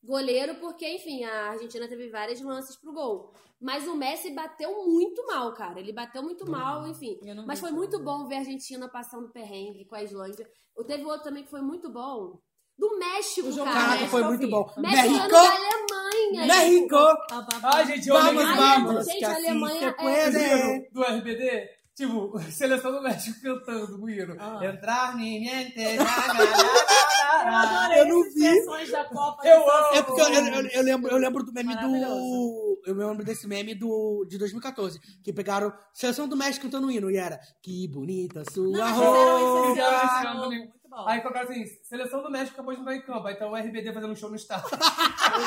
goleiro, porque, enfim, a Argentina teve vários lances pro gol. Mas o Messi bateu muito mal, cara. Ele bateu muito mal, enfim. Eu não Mas vi foi isso. muito bom ver a Argentina passando perrengue com a Islândia. Eu teve outro também que foi muito bom. Do México, O jogo do cara. Caraca, México foi eu muito vi. bom. México é ganhou México! é da Alemanha. México! Ai, gente, eu Vamos, amei- vamos! gente, que a assim Alemanha se é- conhece. Viram do RBD? Tipo, seleção do México cantando o hino. Entrar, ninguém Eu adorei Eu não essas vi. versões da Copa. Eu amo. É porque eu, eu- eu- eu lembro, eu lembro do meme do. Maravilhoso. Eu lembro desse meme do, de 2014. Que pegaram Seleção do México cantando o hino. E era. Que bonita sua Não, roupa. fizeram isso Fizeram esse esse ano ano. né? também. Muito bom. Aí colocaram assim, seleção do México acabou de entrar em campo. Aí tá o RBD fazendo um show no estádio.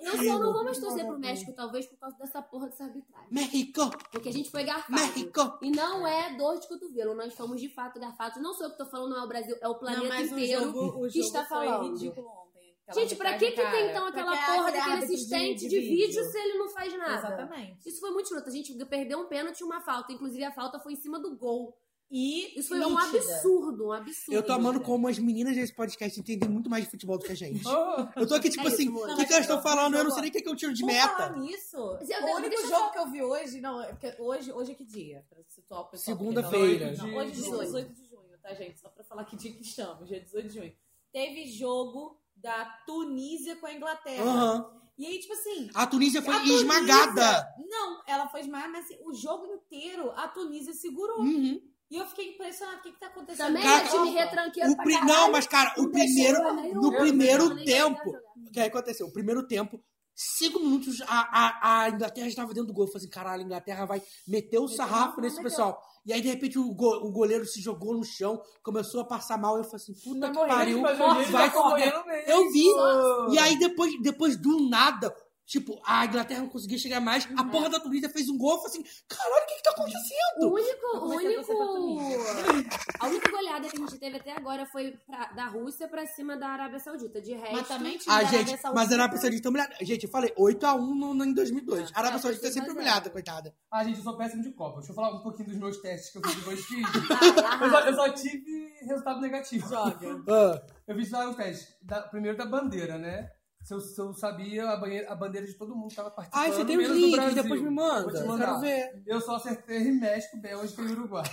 Eu só não vou mais torcer pro México, talvez, por causa dessa porra dessa arbitragem. México! Porque a gente foi garfado. México! E não é dor de cotovelo, nós fomos de fato garfados. Não sou eu que tô falando, não é o Brasil, é o planeta Não, mas o inteiro jogo- o que jogo está foi falando. ridículo ontem. Aquela Gente, pra que arbitragem, que tem cara? então aquela Pra que porra aquele daquele árbitro de- assistente de, de vídeo. se ele não faz nada? Exatamente. Isso foi muito escroto. A gente perdeu um pênalti e uma falta. Inclusive, a falta foi em cima do gol. E Isso foi um nítida. absurdo, um absurdo. Eu tô amando como as meninas desse podcast entendem muito mais de futebol do que a gente. Oh, Eu tô aqui, tipo É isso, assim, amor. o que, que elas estão falando? Eu não sei nem o que, que eu tiro de Por meta. falar nisso, Deixa o eu- único deixa eu jogo só- que eu vi hoje, não, é porque hoje, hoje é que dia? Pra situar o pessoal, porque não- Segunda-feira. não, Hoje é dia 18. 18 de junho, tá, gente? Só pra falar que dia que estamos, dia 18 de junho. Teve jogo da Tunísia com a Inglaterra. Aham. E aí, tipo assim, A Tunísia foi A Tunísia- esmagada. Não, ela foi esmagada, mas assim, o jogo inteiro a Tunísia segurou. Uhum. E eu fiquei impressionada. O que, que tá acontecendo? Também Cara, é time retranqueiro O pra pri- caralho. Não, mas cara, o Não deixou primeiro, ela nem no jogar, primeiro não deixou ela tempo, jogar. O que aí aconteceu? O primeiro tempo, cinco minutos, a, a, a Inglaterra estava dentro do gol. Eu falei assim, caralho, a Inglaterra vai meter o sarrafo não, nesse meteu. pessoal. E aí, de repente, o, go- o goleiro se jogou no chão, começou a passar mal. Eu falei assim, puta Vai que morrer, pariu, Tá mas o jeito vai tá correr. correndo mesmo. Eu vi. E aí, depois, depois do nada, tipo, a Inglaterra não conseguia chegar mais. A Uhum. porra da Tunísia fez um gol. Eu falei assim, caralho, o que que tá O acontecendo? único, é Eu o comecei a único. torcer pra A única goleada que a gente teve até agora foi pra- da Rússia pra cima da Arábia Saudita. De resto. Mas também tinha Ah, da gente, Arábia mas a Arábia Saudita. Saudita é humilhada. Gente, eu falei 8x1 no, no- em 2002. A Arábia tá, Saudita é foi sempre 2 a 0. humilhada, coitada. Ah, gente, eu sou péssimo de Copa. Deixa eu falar um pouquinho dos meus testes que eu fiz de dois filhos. Ah, Eu só, eu só tive resultado negativo. Joga. Ah. Eu fiz lá um teste. da- primeiro da bandeira, né? Se eu, se eu sabia a, banheira- a bandeira de todo mundo que tava participando. Ai, você tem os menos do links, Brasil. depois me Vou manda. te Eu mandar. quero ver. Eu só acertei México, Bélgica e Uruguai.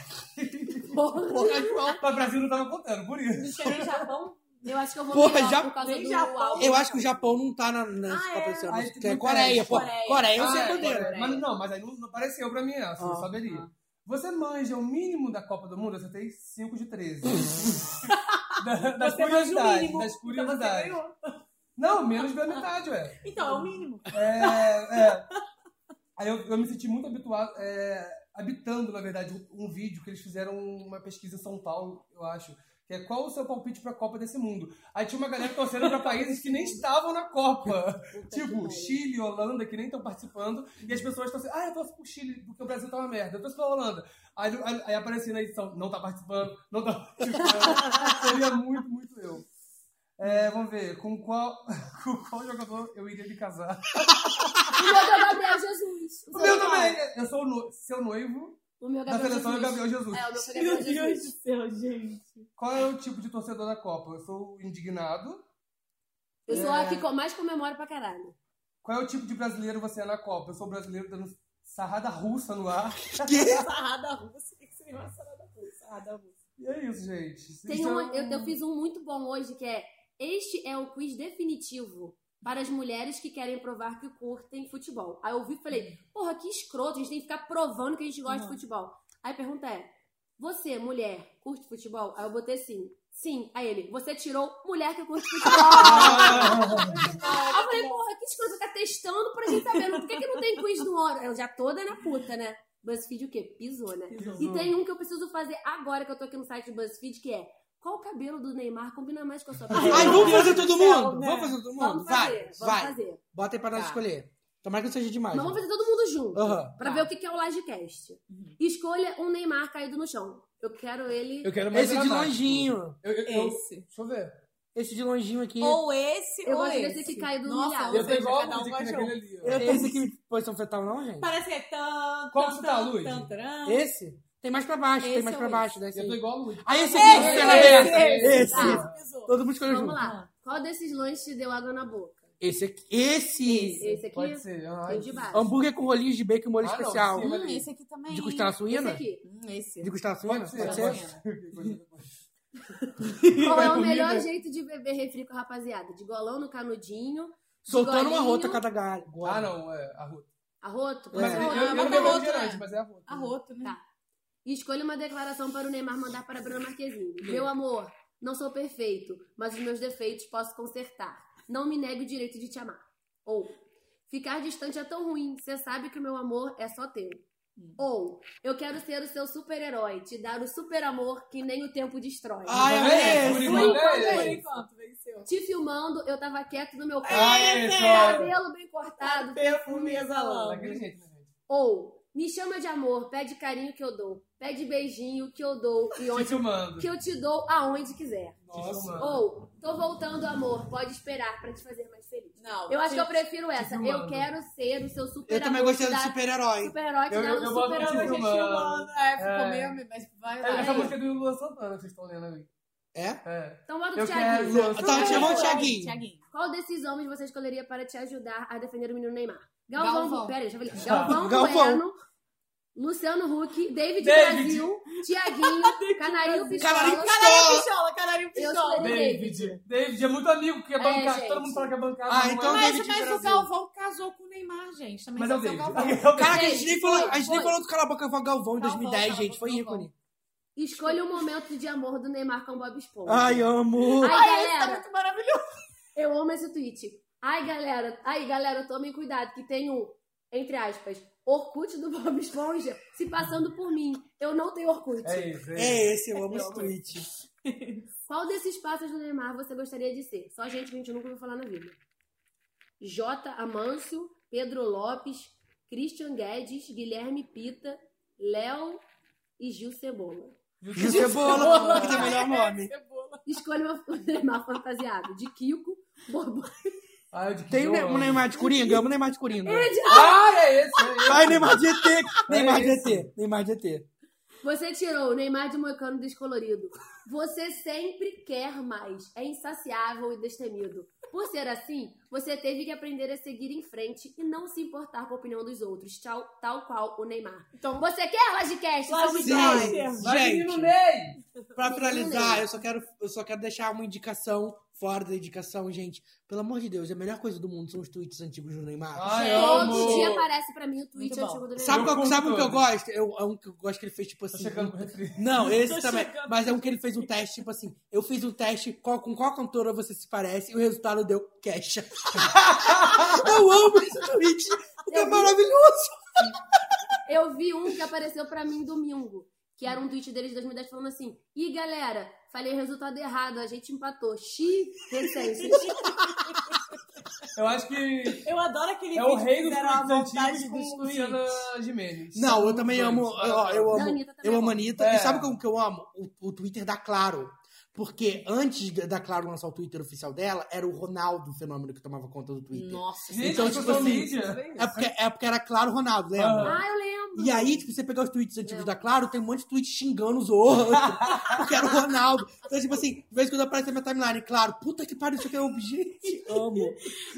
Porra, João. Mas o Brasil não tava contando, por isso. Tirei Japão. Eu acho que eu vou Porra, melhor já- então. por causa nem do Japão. álbum. Eu acho que o Japão não tá na, na Ah, Copa é? desse ano. Aí que é tudo Coreia, bem. pô. Coreia. Coreia eu Ah, sei é, bandeira. Mas não, mas aí não, não apareceu pra mim essa, Ah, eu saberia. Você manja o mínimo da Copa do Mundo, eu acertei 5 de 13. Da- das Você manja o curiosidades, mínimo, das então você curiosidades. ganhou. Não, menos da metade, ué. Então, é o mínimo. É, é. Aí eu, eu me senti muito habituado, é, habitando, na verdade, um, um vídeo que eles fizeram uma pesquisa em São Paulo, eu acho. Que é qual o seu palpite pra Copa desse mundo? Aí tinha uma galera torcendo pra países que nem estavam na Copa. tipo, Chile, Holanda, que nem estão participando. E as pessoas estão assim, ah, eu torço pro Chile, porque o Brasil tá uma merda. Eu torço pra Holanda. Aí, aí, aí aparecia na edição, não tá participando, não tá participando. Seria muito, muito eu. É, vamos ver, com qual, com qual jogador eu iria me casar? O meu Gabriel é Jesus. O meu também! Eu sou o no- seu noivo. O meu da Gabriel seleção é o Jesus. Gabriel Jesus. É, o meu foi Gabriel Meu Deus Jesus. do céu, gente. Qual é o tipo de torcedor da Copa? Eu sou o indignado. Eu sou É. a que co- mais comemoro pra caralho. Qual é o tipo de brasileiro você é na Copa? Eu sou brasileiro dando sarrada russa no ar. Sarrada russa. O que que seria uma sarrada russa? Sarrada russa. E é isso, gente. Tem Isso é uma, um- eu, eu fiz um muito bom hoje que é: Este é o quiz definitivo para as mulheres que querem provar que curtem futebol. Aí eu vi e falei: Porra, que escroto, a gente tem que ficar provando que a gente gosta de futebol. Aí a pergunta é: Você, mulher, curte futebol? Aí eu botei sim. Sim, aí ele, você tirou mulher que curte futebol. Ah! Aí eu um falei, porra, que escroto, tá testando pra gente saber. Por que, que não tem quiz no hora? Eu já toda na puta, né? BuzzFeed o quê? Pisou, né? Pisou. E tem um que eu preciso fazer agora que eu tô aqui no site do BuzzFeed, que é qual cabelo do Neymar combina mais com a sua cabeça? Ai, vamos fazer Meu Deus todo do mundo? céu, né? Vamos fazer todo mundo? Vamos fazer, vai, vamos vai. fazer. Bota aí pra nós Tá. escolher. Tomara que não seja demais. né? Mas vamos fazer todo mundo junto. Aham. Tá. Uhum. Pra ver o que que é o Livecast. Escolha um Neymar caído no chão. Eu quero ele. Eu quero mais Esse de dramático. longinho. Eu, eu- eu- Esse. Deixa eu ver. Esse de longinho aqui. Ou esse, Eu ou gosto esse. desse que caiu do Nossa, milhau. ou Eu tô seja, igual cada a um música gosta de naquele um. ali, ó. Eu tenho esse aqui em posição fetal, não, gente? Parece que é tan. Qual tan, que tá, tan, Luiz? tan, tan. Esse? Tem mais pra baixo, Esse tem mais é pra o baixo. esse. Desse Eu aí. tô igual o Luiz. Ah, esse Esse, aqui, perna esse, aberta. esse. Esse. Tá. Todo mundo escolheu Vamos junto. lá. Qual desses lanches te deu água na boca? Esse aqui. Esse! Esse aqui? Pode ser, ah, Tem de baixo. Hambúrguer com rolinhos de bacon e molho Ah, não, especial. sim, Hum, esse aqui também. De costela Esse suína? aqui. Hum, esse. De costela suína? Pode ser, Pode pode ser? Qual é o melhor né? Comida. jeito de beber refri com a rapaziada? De golão no canudinho. de Soltando uma golinho- rota a cada galho. Ah, não, é a Ruth. Arroto? Mas Pode eu- ser? eu- eu não bebo refrigerante, mas é arroto. Arroto, né? Tá. E escolha uma declaração para o Neymar mandar para Bruna Marquezine. Meu amor, não sou perfeito, mas os meus defeitos posso consertar. Não me negue o direito de te amar. Ou, ficar distante é tão ruim, você sabe que o meu amor é só teu. Hum. Ou, eu quero ser o seu super-herói, te dar o super-amor que nem o tempo destrói. Ai, é esse. Por Por enquanto, enquanto, é é esse. Te filmando, eu tava quieto no meu canto. Ai, esse, olha. Cabelo bem Tá cortado, um perfume exalando. Daquele jeito, né? Ou me chama de amor, pede carinho que eu dou, pede beijinho que eu dou e onde filmando. que eu te dou aonde quiser. Nossa. filmando. Ou tô voltando, amor, pode esperar pra te fazer mais feliz. Não. Eu acho que eu te- prefiro te essa. Eu filmando. quero ser o seu super Eu também gostei do super-herói. Super-herói te Eu- dá eu- um eu gosto do super-herói. te filmando. É, ficou É. meio, mas vai É, essa lá. música é do Luan Santana, vocês estão lendo aí. É? É. Então bota o Eu quero Thiaguinho. Luan Santana. Qual desses homens você escolheria para te ajudar a defender o menino Neymar? Galvão, Galvão. pera aí, deixa eu ver. Galvão, Galvão. Bueno, Luciano Huck, David, David. Brasil, Tiaguinho, Canarinho Pistola. Canarinho Pistola. Canarinho Eu escolhi David. David. David é muito amigo, que é É, bancado. gente. Todo mundo fala que é bancado. Ah, não então é. Mas, mas o Galvão casou com o Neymar, gente. Também Mas é só o tem David. Galvão. Cara, a gente Gente, nem falou, foi, a gente nem foi. falou do Calabouca com Galvão em 2010, gente. Foi ícone. Escolha um momento de amor do Neymar com Bob Esponja. Ai, amo. Ai, Ai, galera. esse tá muito maravilhoso. Eu amo esse tweet. Ai, galera. Ai, galera, tomem cuidado que tem um, entre aspas, Orkut do Bob Esponja se passando por mim. Eu não tenho Orkut. É isso, é isso. É esse, eu amo esse tweet. Qual desses passos do Neymar você gostaria de ser? Só gente que a gente nunca ouviu falar na vida. J. Amâncio, Pedro Lopes, Christian Guedes, Guilherme Pita, Léo e Gil Cebola. Gil Cebola, é que tem o melhor nome. Escolha uma- o Neymar fantasiado de Kiko, Bobo. Tem o Ne- o Neymar de Coringa? Eu amo o Neymar de Coringa. É de- Ah, é esse, é esse. Ai, Neymar de ET. Neymar de esse. ET. Neymar de ET. Você tirou o Neymar de Moicano descolorido. Você sempre quer mais. É insaciável e destemido. Por ser assim, você teve que aprender a seguir em frente e não se importar com a opinião dos outros, tal, tal qual o Neymar. Então, você quer Lagecast? São Miguel? Gente, pra finalizar, eu só, quero, eu só quero deixar uma indicação Fora da indicação, gente. Pelo amor de Deus, a melhor coisa do mundo são os tweets antigos do Neymar. Ai, Gente, amo. Todo dia aparece pra mim o tweet Muito bom. antigo do Neymar. Sabe, Eu qual, curto sabe um que eu todos. Tá gosto? Eu, é um que eu gosto que ele fez, tipo assim. chegando um- com o retriever. Não, esse Tô também. chegando. Mas é um que ele fez um teste, tipo assim. Eu fiz um teste qual- com qual cantora você se parece e o resultado deu Kesha. eu amo esse tweet. porque É maravilhoso. Eu vi um que apareceu pra mim domingo, que era um tweet dele de 2010 falando assim: Ih, galera, falei resultado errado, a gente empatou. Xi, recente. Eu acho que Eu adoro aquele é o vídeo rei que dos fizeram a tweets vontade antigos dos com tweets. Luciana Gimenez. Não, eu também Dois. Ah, amo. ó, Eu, Da amo. Anitta também Eu amo amo. a Anitta. É. E sabe como que eu amo? O, o Twitter da Claro. Porque antes da da Claro lançar o Twitter oficial dela, era o Ronaldo o fenômeno que tomava conta do Twitter. Nossa, Gente, Então, então, tipo tipo assim, mídia. É porque, é porque era Claro Ronaldo, lembra? Ah, eu lembro. E aí, tipo, você pegar os tweets antigos da Claro, tem um monte de tweets xingando os outros. Porque era o Ronaldo. Então, tipo assim, de vez em quando aparece na minha timeline, claro, puta que pariu, isso aqui é um gente, amo.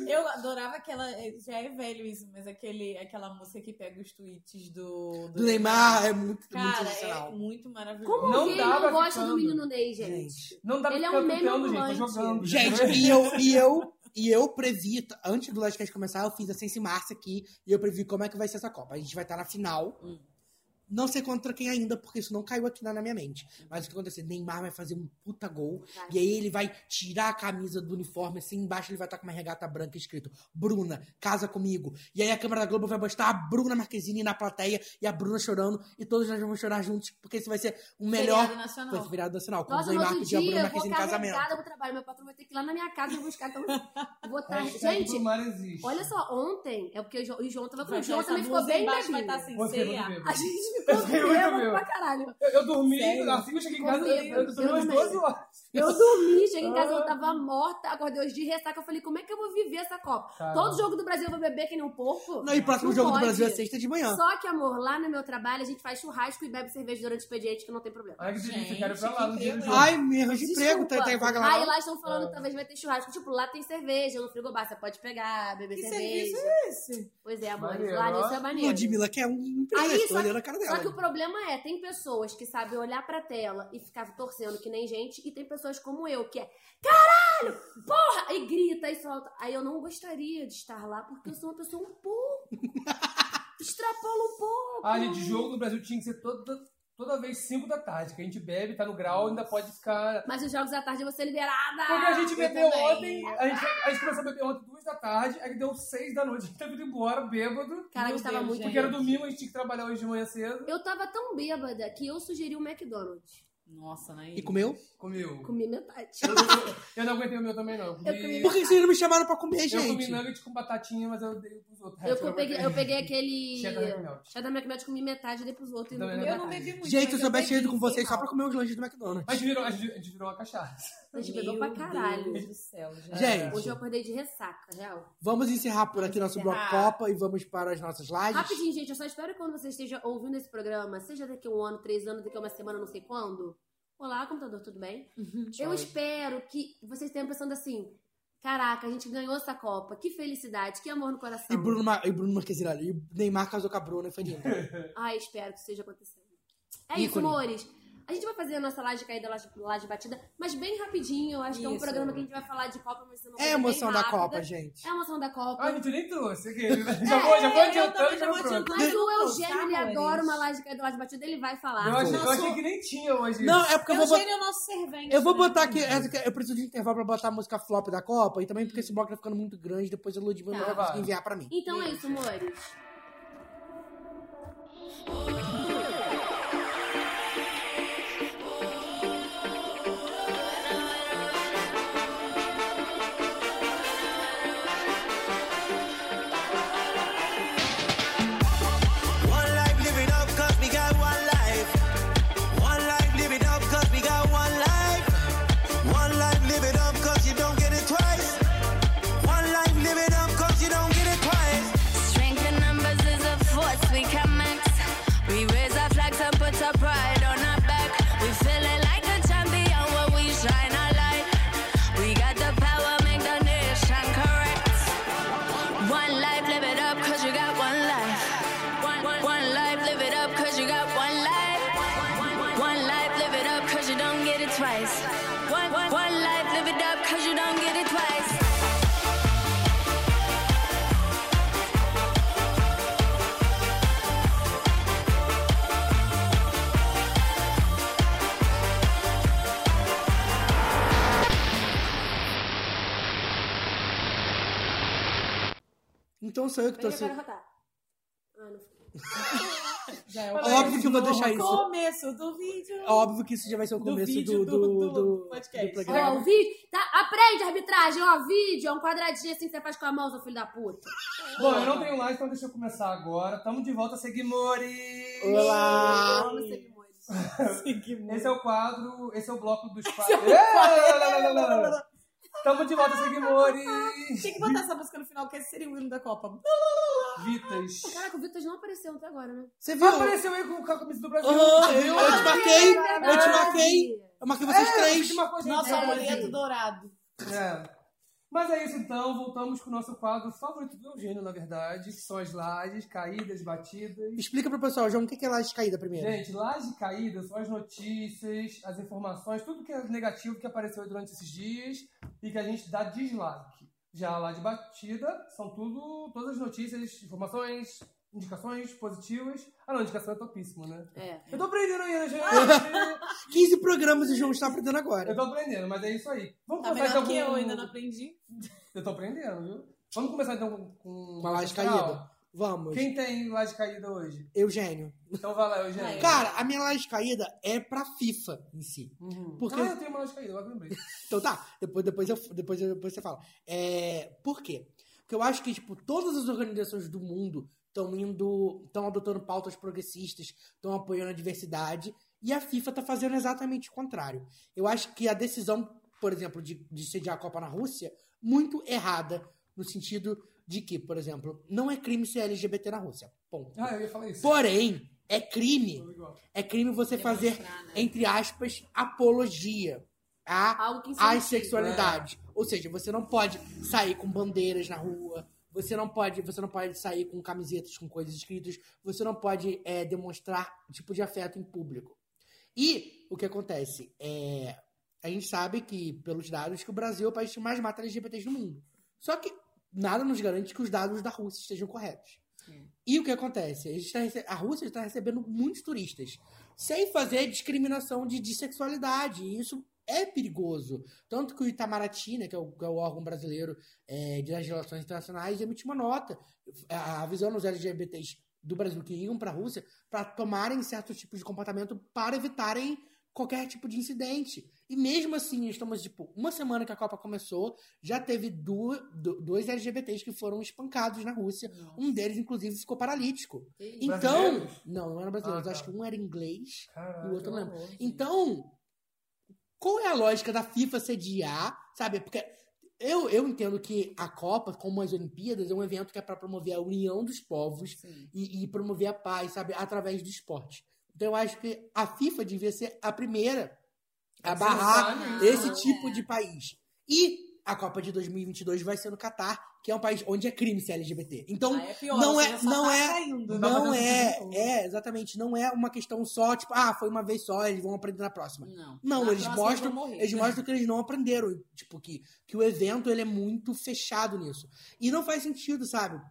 eu adorava aquela. Já é velho isso, mas aquele, aquela música que pega os tweets do. Do Neymar, é muito, muito Cara, é sensacional. muito maravilhoso. Como Não alguém dá não pra gosta ficando. do menino Ney, gente? Gente, Não dá pra Ele é ficar um meme tuteando, gente. Tá ambulante. jogando. Né? gente e eu, e eu, e eu previ, t- antes do Last Cast começar, eu fiz a Sense Márcia aqui e eu previ como é que vai ser essa Copa. A gente vai estar na final. Hum. Não sei contra quem ainda, porque isso não caiu aqui na na minha mente. Mas o que aconteceu? Neymar vai fazer um puta gol. Vai. E aí ele vai tirar a camisa do uniforme, assim, embaixo ele vai estar com uma regata branca escrito Bruna, casa comigo. E aí a câmera da Globo vai mostrar a Bruna Marquezine na plateia e a Bruna chorando. E todos nós vamos chorar juntos, porque esse vai ser o melhor... Feriado nacional. Foi virado nacional. Quando Nossa, o no Neymar outro pediu a dia eu Bruna um vou Marquezine em casamento. carregada pro trabalho. Meu patrão vai ter que ir lá na minha casa buscar. Então, vou tá... Hashtag Gente, Brumar existe. olha só, ontem, é porque o Jo- o João tava com Vai o João estar também essa ficou blusa bem embaixo, vai bebinho. estar assim, Você, ceia. muito bêbado. A gente Eu ficou fiquei muito bêbado bêbado. pra caralho. Eu, eu dormi, Sério? assim que eu cheguei em casa, eu, Comigo, eu dormi eu umas também. 12 horas. Eu dormi, cheguei em casa, eu tava morta, acordei hoje de ressaca. Eu falei, como é que eu vou viver essa Copa? Cara. Todo jogo do Brasil eu vou beber que nem um porco? Não, e o próximo Não jogo do pode. Brasil é sexta de manhã. Só que, amor, lá no meu trabalho a gente faz churrasco e bebe cerveja durante o expediente, que não tem problema. Ai, que delícia, Gente, eu quero ir pra lá no que dia do incrível. jogo. Ai, me arranja emprego, Desculpa. tá, tá em vaga lá. Aí não? Ah. lá estão falando que talvez vai ter churrasco. Tipo, lá tem cerveja no frigobar, você pode pegar, beber Que cerveja. serviço é esse? Pois é, amor, Maneiro, lá ó. nisso é maneiro. Ludmilla quer um emprego, Aí, só tô que- olhando a cara Só que o dela. problema é, tem pessoas que sabem olhar pra tela e ficar torcendo que nem gente, e tem pessoas como eu, que é caralho, porra, e grita e solta. Aí eu não gostaria de estar lá, porque eu sou uma pessoa um pouco. Extrapola um pouco. Ah, gente, jogo do Brasil tinha que ser toda, toda vez 5 da tarde, que a gente bebe, tá no grau, ainda pode ficar... Mas os jogos da tarde eu vou ser liberada. Porque a gente eu bebeu também. ontem, a gente, a gente começou a beber ontem 2 da tarde, aí deu 6 da noite, a gente tava indo embora, bêbado. Cara, a Meu gente tava Deus, muito. gente. Porque era domingo, a gente tinha que trabalhar hoje de manhã cedo. Eu tava tão bêbada que eu sugeri o McDonald's. Nossa, né? Naí. E comeu? Comiu. Comi metade. Eu não aguentei o meu também, não. Eu comi, Por que vocês não me chamaram pra comer, eu comi gente? nugget com batatinha, mas eu dei pros outros. Eu, peguei, eu peguei aquele. Cheddar McNuggets. Cheddar McNuggets, comi metade, dei pros outros. e não Também comi Eu não metade. bebi muito. Gente, eu mas soubesse bebi, ido com vocês sei só lá. pra comer os lanches do McDonald's. A gente virou, a gente, a gente virou uma cachaça. A gente bebeu pra Meu caralho. Deus do céu, gente. Gente. Hoje eu acordei de ressaca, real. Vamos encerrar por aqui nosso bloco encerrar. Copa e vamos para as nossas lives. Rapidinho, gente, eu só espero que quando você esteja ouvindo esse programa, seja daqui a um ano, três anos, daqui a uma semana, não sei quando. Olá, computador, tudo bem? eu espero que vocês tenham pensando assim: caraca, a gente ganhou essa Copa, que felicidade, que amor no coração. E Bruno, Ma... e Bruno Marquezine, ali, e Neymar casou com a Bruna e foi lindo. Ai, espero que isso esteja acontecendo. É isso, Ícone. amores. A gente vai fazer a nossa laje caída, laje, laje batida, mas bem rapidinho. Eu acho que é um Isso. programa que a gente vai falar de Copa, mas é uma É a coisa emoção bem da rápida. Copa, gente. É a emoção da Copa. É, Ah, a gente nem trouxe. aquele, né? Já vou, já vou É, eu adiantando também que já eu vou não trouxe. adiantando. Mas o Não, Eugênio, ele amores. adora uma laje caída, laje batida, ele vai falar. Eu achei, eu Nossa. achei que nem tinha hoje. Não, é porque eu Eu vou, Eugênio é o nosso servente. eu vou né? botar aqui. essa que- Eu preciso de intervalo pra botar a música flop da Copa e também porque esse bloco tá ficando muito grande. Depois a Tá. Ludmilla não vai conseguir enviar pra mim. Então é isso, amores. One life, live it up, cause we got one life. One life, live it up, cause we got one life. One life, live it up, cause you don't get it twice. One life, live it up, cause you don't get it twice. Strength in numbers is a force we can max. We raise Então sou eu que tô Mas assim. agora rotar. Ah, não Já é o- Óbvio que eu vou deixar isso. começo do vídeo. É óbvio que isso já vai ser o começo vídeo do, do, do- do programa. Ó, o vídeo. Tá, aprende a arbitragem, ó. Vídeo, é um quadradinho assim que você faz com a mão, seu filho da puta. Bom, eu não tenho mais, então deixa eu começar agora. Tamo de volta, Seguimores! Olá! Eu amo Esse é o quadro, esse é o bloco dos Esse é o quadros. Tamo de volta, Seguimores! Tinha que botar essa música no final, que esse seria o hino da Copa. Vitas. Caraca, o Vitas não apareceu até agora, né? Você viu? Apareceu aí com a camisa do Brasil. Aham, eu, eu te Ah, marquei, é eu te verdade. marquei, eu marquei vocês É, três. você marcou a gente, Nosso é. amuleto dourado. É. Mas é isso então, voltamos com o nosso quadro favorito do Eugênio, na verdade, que são as lajes, caídas, batidas. Explica pro pessoal, João, o que que é laje caída primeiro? Gente, laje caída são as notícias, as informações, tudo que é negativo que apareceu aí durante esses dias e que a gente dá dislike. Já a laje batida são tudo, todas as notícias, informações, indicações positivas. Ah não, indicação é topíssimo, né? É. Eu tô aprendendo ainda, gente! Ah! 15 programas o João está aprendendo Eu agora. tô aprendendo, mas é isso aí. Vamos Tá começar melhor então que eu, com- ainda não aprendi. Eu tô aprendendo, viu? Vamos começar então com- com... Uma laje Central? caída. Vamos. Quem tem laje caída hoje? Eugênio. Então vai lá, Eugênio. Cara, a minha laje caída é pra FIFA em si. Uhum. porque- Ah, eu tenho uma laje caída, agora eu lembrei. Então tá, depois, depois, eu, depois, eu- depois você fala. É, por quê? Porque eu acho que, tipo, todas as organizações do mundo estão indo, estão adotando pautas progressistas, estão apoiando a diversidade, e a FIFA tá fazendo exatamente o contrário. Eu acho que a decisão, por exemplo, de, de sediar a Copa na Rússia, muito errada, no sentido de que, por exemplo, não é crime ser LGBT na Rússia. Ponto. Ah, eu ia falar isso. Porém, é crime. É crime você fazer, Demonstrar, né? entre aspas, apologia. tá? A Algo que as incentiva. sexualidades. Ou seja, você não pode sair com bandeiras na rua, você não pode, você não pode sair com camisetas com coisas escritas, você não pode é, demonstrar tipo de afeto em público. E o que acontece? É, a gente sabe que, pelos dados, que o Brasil é o país que mais mata LGBTs no mundo. Só que nada nos garante que os dados da Rússia estejam corretos. E o que acontece? A, gente tá rece- a Rússia está recebendo muitos turistas, sem fazer discriminação de, de sexualidade. E isso é perigoso. Tanto que o Itamaraty, né, que, é o, que é o órgão brasileiro é, de- das relações internacionais, emite uma nota é, avisando os LGBTs do Brasil que iam para a Rússia para tomarem certos tipos de comportamento para evitarem qualquer tipo de incidente. E mesmo assim, estamos tipo uma semana que a Copa começou, já teve du- do- dois LGBTs que foram espancados na Rússia. Um deles, inclusive, ficou paralítico. Então, Brasileiros? não, não era brasileiro. Ah, tá. Acho que um era inglês Caraca, E o outro lembra. horror, gente. então, qual é a lógica da FIFA sediar, sabe? Porque eu, eu entendo que a Copa, como as Olimpíadas, é um evento que é para promover a união dos povos e, e promover a paz, sabe? Através do esporte. Então eu acho que a FIFA devia ser a primeira a Você barrar tá, sabe? Ah, esse é. tipo de país. E a Copa de 2022 vai ser no Catar, que é um país onde é crime ser LGBT. Então, Ah, é pior, não você é- já só não tá é- caindo. não pra é, tudo de é, exatamente, não é uma questão só, tipo, ah, foi uma vez só, eles vão aprender na próxima. Não, Não, Na eles próxima eu mostram, vou morrer. né? eles mostram que eles não aprenderam, tipo, que, que o evento ele é muito fechado nisso. E não faz sentido, sabe?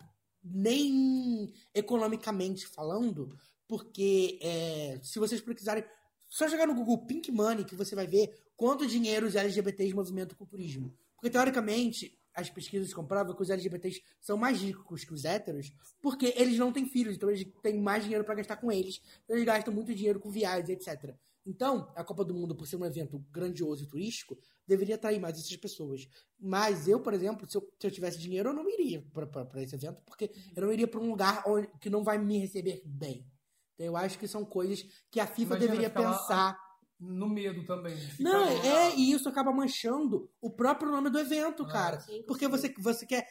Nem economicamente falando, porque é, se vocês precisarem, só jogar no Google Pink Money que você vai ver quanto dinheiro os LGBTs movimentam com o turismo. Porque, teoricamente, as pesquisas comprovam que os LGBTs são mais ricos que os héteros, porque eles não têm filhos, então eles têm mais dinheiro pra gastar com eles, então eles gastam muito dinheiro com viagens, etc. Então, a Copa do Mundo, por ser um evento grandioso e turístico, deveria atrair mais essas pessoas. Mas eu, por exemplo, se eu, se eu tivesse dinheiro, eu não iria para esse evento, porque eu não iria pra um lugar onde- que não vai me receber bem. Então, eu acho que são coisas que a FIFA Imagina deveria ficar lá- pensar. No medo também. de ficar Não, no- é, e isso acaba manchando o próprio nome do evento, cara. sim, Porque você, você quer.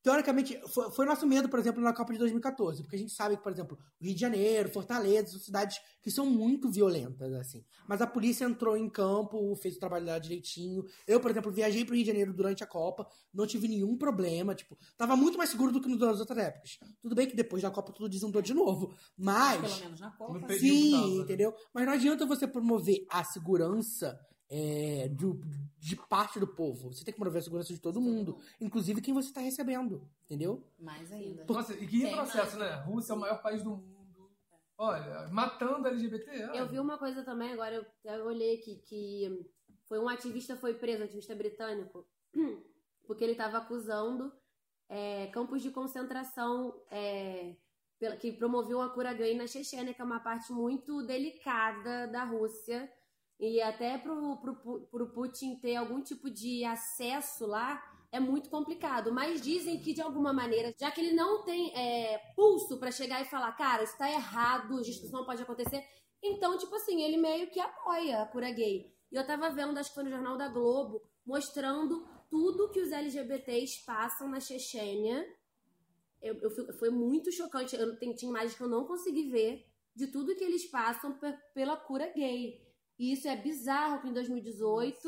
Teoricamente, foi, foi nosso medo, por exemplo, na Copa de 2014. Porque a gente sabe que, por exemplo, o Rio de Janeiro, Fortaleza, são cidades que são muito violentas, assim. Mas a polícia entrou em campo, fez o trabalho dela direitinho. Eu, por exemplo, viajei pro Rio de Janeiro durante a Copa, não tive nenhum problema. Tipo, tava muito mais seguro do que nas outras épocas. Tudo bem que depois da Copa tudo desandou de novo. Mas. Pelo menos na Copa. No período da- Sim, entendeu? Mas não adianta você promover a segurança é, do- de parte do povo. Você tem que promover a segurança de todo mundo, inclusive quem você está recebendo, entendeu? Mais ainda. Nossa, e que Tem retrocesso, né? A Rússia é o maior país do mundo. Olha, matando LGBT. olha. Eu vi um uma coisa também, agora eu, eu olhei aqui, que foi um ativista foi preso, um ativista britânico, porque ele estava acusando é, campos de concentração é, pela- que promoviam a cura gay na Chechênia, que é uma parte muito delicada da Rússia. E até pro, pro, Pu- pro Putin ter algum tipo de acesso lá é muito complicado. Mas dizem que, de alguma maneira, já que ele não tem é, pulso pra chegar e falar, cara, isso tá errado, isso não pode acontecer. Então, tipo assim, ele meio que apoia a cura gay. E eu tava vendo, acho que foi no Jornal da Globo, mostrando tudo que os LGBTs passam na Chechênia. Eu, eu fui- foi muito chocante. Eu tem- tinha imagens que eu não consegui ver de tudo que eles passam pe- pela cura gay. E isso é bizarro que em 2018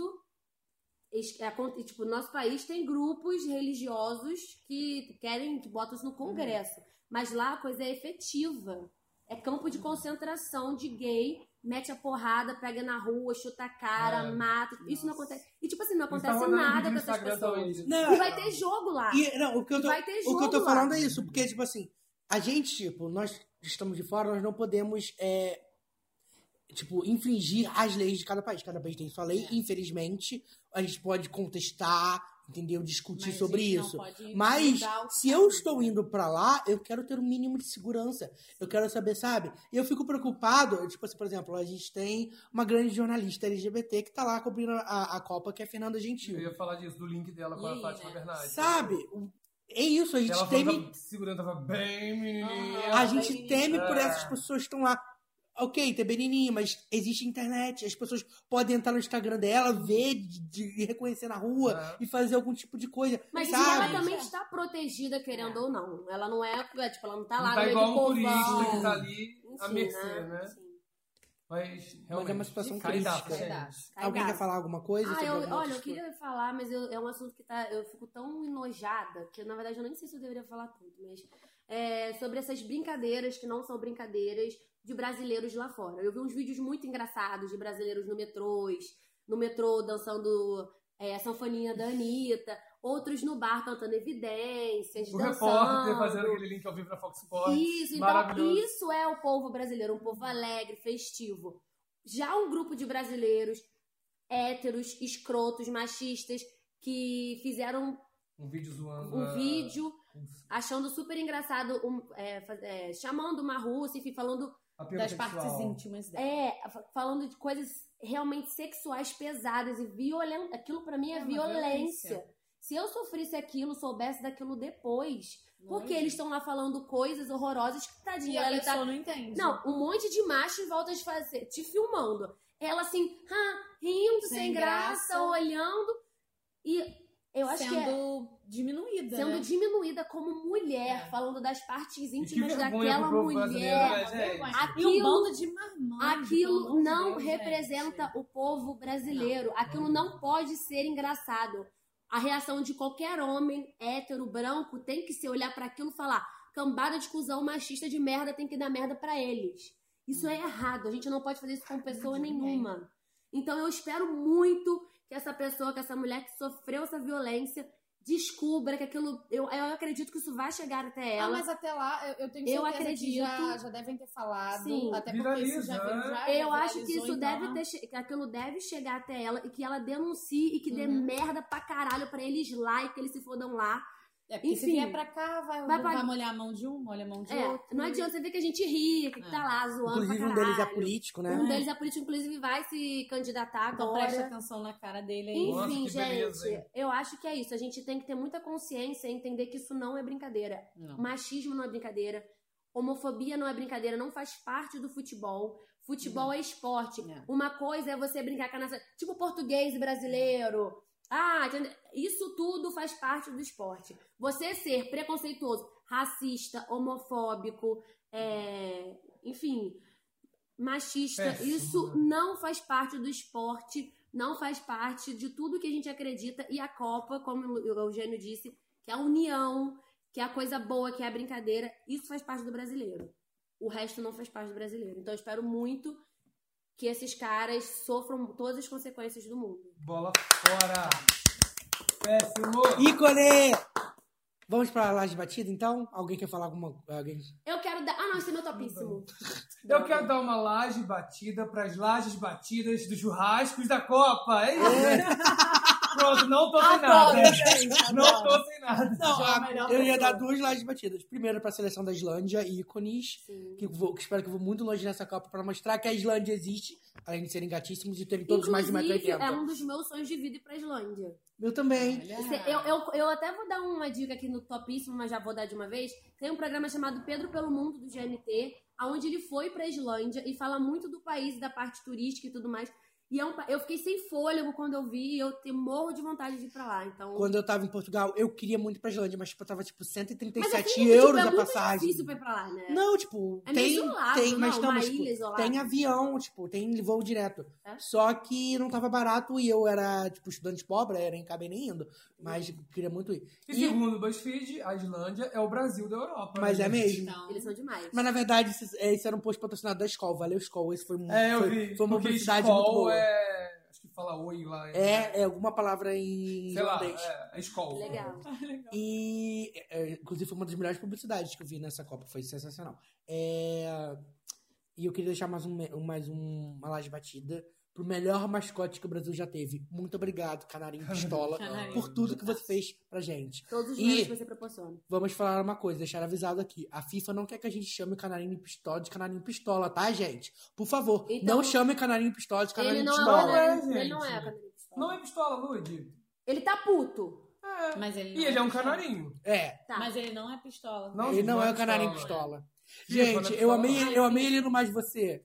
es- é, acon- e, tipo, nosso país tem grupos religiosos que querem que botam isso no Congresso, mas lá a coisa é efetiva. É campo de concentração de gay, mete a porrada, pega na rua, chuta a cara, É. mata. Isso não acontece. E tipo assim, não Isso acontece tá rodando nada vídeo com no essas Instagram também, pessoas. gente. E vai ter jogo lá. E, não, o que eu tô, vai ter o jogo que eu tô lá. falando é isso, porque, tipo assim, a gente, tipo, nós estamos de fora, nós não podemos, é, tipo, infringir as leis de cada país. Cada país tem sua lei, infelizmente, a gente pode contestar, entendeu? Discutir Mas a sobre gente não isso. pode Mas, mudar o se eu estou indo pra lá, eu quero ter um mínimo de segurança. Eu quero saber, sabe? E eu fico preocupado, tipo assim, por exemplo, a gente tem uma grande jornalista LGBT que tá lá cobrindo a, a Copa, que é a Fernanda Gentil. Eu ia falar disso, do link dela com a né? Fátima Bernardi. Sabe? O- É isso, a gente ela teme. falou que tava segurando, tava bem menininha. A gente teme por É. essas pessoas que estão lá. Ok, tem menininha, mas existe internet. As pessoas podem entrar no Instagram dela, ver, de, de reconhecer na É. Né? rua e fazer algum tipo de coisa. Mas sabe? ela também está protegida, querendo ou não. Ela não é, é, tipo, ela não tá Não lá tá no meio igual do um povão. turista que tá ali à Enfim, mercê, né? né? Mas, realmente, Mas é uma situação cai crítica. data, gente. Cai Alguém data. quer falar alguma coisa? Ah, sobre eu, alguma olha, eu outra queria falar, mas eu- é um assunto que tá. Eu fico tão enojada que, na verdade, eu nem sei se eu deveria falar tudo, mas. é, sobre essas brincadeiras que não são brincadeiras de brasileiros lá fora. Eu vi uns vídeos muito engraçados de brasileiros no metrôs, no metrô dançando é, a sanfoninha da Anitta, outros no bar cantando evidências, O dançando. repórter fazendo aquele link ao vivo na Fox Sports. Isso, então Maravilhoso. isso é o povo brasileiro, um povo alegre, festivo. Já um grupo de brasileiros héteros, escrotos, machistas, que fizeram Um vídeo zoando. um a- vídeo achando super engraçado, um- é, faz- é, chamando uma russa, enfim, falando Apelo Das sexual. partes íntimas dela. É, fa- falando de coisas realmente sexuais pesadas e violentas. Aquilo pra mim é, É uma violência. violência. Se eu sofresse aquilo, soubesse daquilo depois. Não Porque é? eles estão lá falando coisas horrorosas que, tadinha, E a ela pessoa tá... não entende. Não, um monte de macho em volta de fazer, te filmando. Ela assim, ah, rindo, sem, Sem graça, graça. olhando. E eu acho que é Sendo diminuída. sendo né? É. diminuída como mulher, falando das partes íntimas vergonha daquela pro povo mulher. brasileiro, né, gente? E um Aquilo, bando de marmanjos. aquilo pelo não amor de Deus, representa o povo brasileiro. Aquilo não pode ser engraçado. A reação de qualquer homem hétero, branco, tem que se olhar para aquilo e falar: cambada de cuzão machista de merda tem que dar merda para eles. Isso é errado. A gente não pode fazer isso com pessoa nenhuma. Então eu espero muito que essa pessoa, que essa mulher que sofreu essa violência, descubra que aquilo. Eu, eu acredito que isso vai chegar até Ah, ela. mas até lá, eu, eu tenho Eu certeza que já, acredito. já devem ter falado. Sim. Até porque isso já, Viraliza, né? já, já Eu acho que viralizou, isso então- deve ter, che- que aquilo deve chegar até ela e que ela denuncie e que dê Uhum. merda pra caralho pra eles lá e que eles se fodam lá. É porque se Enfim. vier pra cá, vai, Vai vai, pra- molhar a mão de um, molha a mão de É, outro. É. não adianta você ver que a gente ri, que tá lá coisa? zoando Inclusive, pra um deles é caralho. político, né? Um deles é político, inclusive vai se candidatar Então agora. preste atenção na cara dele aí. Nossa, Enfim, que beleza, gente, hein? eu acho que é isso. A gente tem que ter muita consciência e entender que isso não é brincadeira. Não. Machismo não é brincadeira. Homofobia não é brincadeira, não faz parte do futebol. Futebol é esporte. Não. Uma coisa é você brincar com a nação. Tipo português e brasileiro. Ah, entende? isso tudo faz parte do esporte. Você ser preconceituoso, racista, homofóbico, é, enfim, machista, Péssimo, isso né? não faz parte do esporte, não faz parte de tudo que a gente acredita. E a Copa, como o Eugênio disse, que é a união, que é a coisa boa, que é a brincadeira, isso faz parte do brasileiro. O resto não faz parte do brasileiro. Então eu espero muito que esses caras sofram todas as consequências do mundo. Bola fora. Péssimo. Ícone! Vamos pra laje batida, então? Alguém quer falar alguma alguém? Eu quero dar. Ah, não, esse é meu topíssimo. Eu quero dar uma laje batida para as lajes batidas dos churrascos da Copa. É isso. Pronto, não tô sem Adoro, nada. gente, Não adoro. tô sem nada. Não, Já a- é melhor eu ia pessoa. dar duas lives batidas. Primeiro pra seleção da Islândia, ícones, que, vou- que espero que eu vou muito longe nessa Copa pra mostrar que a Islândia existe, além de serem gatíssimos e terem todos mais de Inclusive, 1,80m. é um dos meus sonhos de vida ir pra Islândia. Eu também. Você- Eu, eu, eu até vou dar uma dica aqui no topíssimo, mas já vou dar de uma vez. Tem um programa chamado Pedro pelo Mundo do GNT, onde ele foi pra Islândia e fala muito do país, da parte turística e tudo mais. E é um pa- eu fiquei sem fôlego quando eu vi, e eu te- morro de vontade de ir pra lá. Então, Quando eu tava em Portugal, eu queria muito ir pra Islândia, mas tipo, eu tava tipo 137 Mas, assim, tipo, euros é a muito passagem. difícil pra ir pra lá, né? Não, tipo, É meio tem, isolado, tem, não, mas não, uma mas, tipo, ilha isolada. tem avião, tipo, tem voo direto. É? Só que não tava barato e eu era, tipo, estudante pobre, eu nem acabei nem indo. Mas tipo, queria muito ir. E segundo o BuzzFeed, a Islândia é o Brasil da Europa. né, Mas é né? gente. mesmo. Então, Eles são demais. Mas na verdade, esse, esse era um post patrocinado da escola. Valeu, escola. Esse foi, mu- É, eu foi, vi. foi uma Porque publicidade escol muito boa. É... é... Acho que fala oi lá. em- É, alguma palavra em Sei lá, holandês. é, é escol. E, é, inclusive, foi uma das melhores publicidades que eu vi nessa Copa. Foi sensacional. É, e eu queria deixar mais, um, me- mais um- uma laje batida pro melhor mascote que o Brasil já teve. Muito obrigado, Canarinho Pistola, Canarinho. por tudo que você fez pra gente. Todos os memes e que você proporciona. vamos falar uma coisa, deixar avisado aqui. A FIFA não quer que a gente chame o Canarinho Pistola de Canarinho Pistola, tá, gente? Por favor, Então- não chame o Canarinho Pistola de Canarinho Ele não, Pistola. é, o ele não é a Canarinho Pistola. Não é pistola, Lud. Ele tá puto. Tá. Mas ele E ele é um canarinho. É. Mas ele não é pistola. ele não é o Canarinho Pistola. é Gente, eu amei, ele- eu amei ele no Mais Você.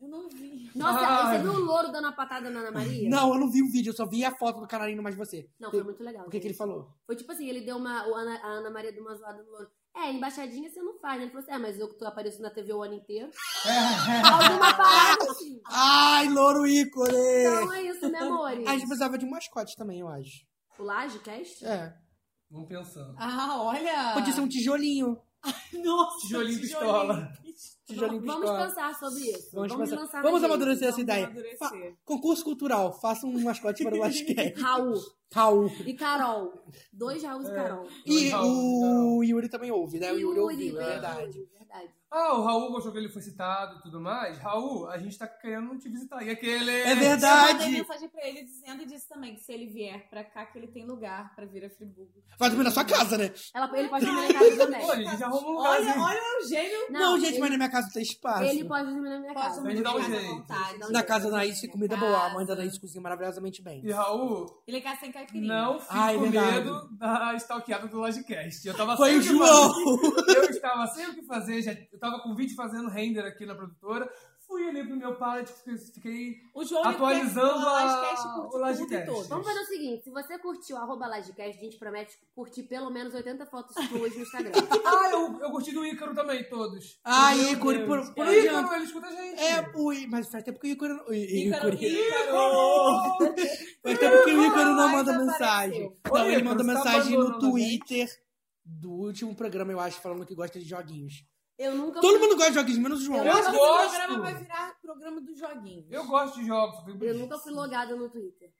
Eu não vi. Nossa, Ai. você viu o louro dando a patada na Ana Maria? Ah. Não, eu não vi o vídeo, eu só vi a foto do Canarinho no Mais Você. Não, foi muito legal. O que, que gente. ele falou? Foi tipo assim, ele deu uma. o Ana, a Ana Maria deu uma zoada no louro. É, embaixadinha você não faz, né? Ele falou assim, é, mas eu que tô aparecendo na TV o ano inteiro. Alguma parada assim. Ai, louro ícone! Então é isso, né, amores? A gente precisava de um mascote também, eu acho. O Lagecast? É. Vamos pensando. Ah, olha! Podia ser um tijolinho. Nossa, Tijolinho pistola. Tijolinho Vamos pistola. pensar sobre isso. Vamos, pensar. lançar Vamos na gente. amadurecer essa ideia. Fa- concurso cultural, faça um mascote para o basquete. Raul Raul. e Carol. Dois Raul e Carol. É. E o Yuri também ouve, né? O Yuri ouviu, é é, verdade. verdade. Ah, o Raul gostou que ele foi citado e tudo mais. Raul, a gente tá querendo te visitar. E aquele. É Eu mandei verdade! mensagem pra ele dizendo e disse também que se ele vier pra cá, que ele tem lugar pra vir a Friburgo. Vai dormir na sua casa, né? Ela, ele pode dormir na minha casa também. Pô, a gente já arrumou um Olha, lugarzinho. olha o Eugênio. Não, gente, ele, mas na minha casa tem espaço. Ele pode dormir na minha Pode casa. A gente dá um Casa à jeito. vontade. Assim. Na casa da Anaís tem comida Minha boa. A casa. mãe da Anaís cozinha maravilhosamente bem. E Raul, Ele é casa sem caipirinha. não fique Ah, é com verdade. medo da stalkeada do Lodcast. Eu tava Foi o sempre João! Eu estava sem o que fazer, já, eu estava com vídeo fazendo render aqui na produtora. Fui ali pro meu pallet, fiquei. O João Atualizando ele a- quer que o o Lodcast curte tudo e Lodcast. todo. Vamos fazer o seguinte: se você curtiu arroba Lagecast, a gente promete curtir pelo menos 80 fotos suas no Instagram. Ah, eu, eu curti do Ícaro também, todos. Ah, Meu Ícaro, Deus. por- por O onde Ícaro, anda? ele escuta a gente. É, o, mas faz tempo que o Ícaro. o Í- Ícaro- Ícaro. Ícaro! Faz tempo que o Ícaro não Mas manda apareceu. mensagem. Ô, Não, ele Ícaro, manda você tá mensagem no abandonando a gente? Twitter do último programa, eu acho, falando que gosta de joguinhos. Eu nunca Todo mundo gosta de joguinhos, menos o João. Eu Nosso gosto. programa vai virar programa dos joguinhos. Eu gosto de jogos. Eu nunca fui logada no Twitter.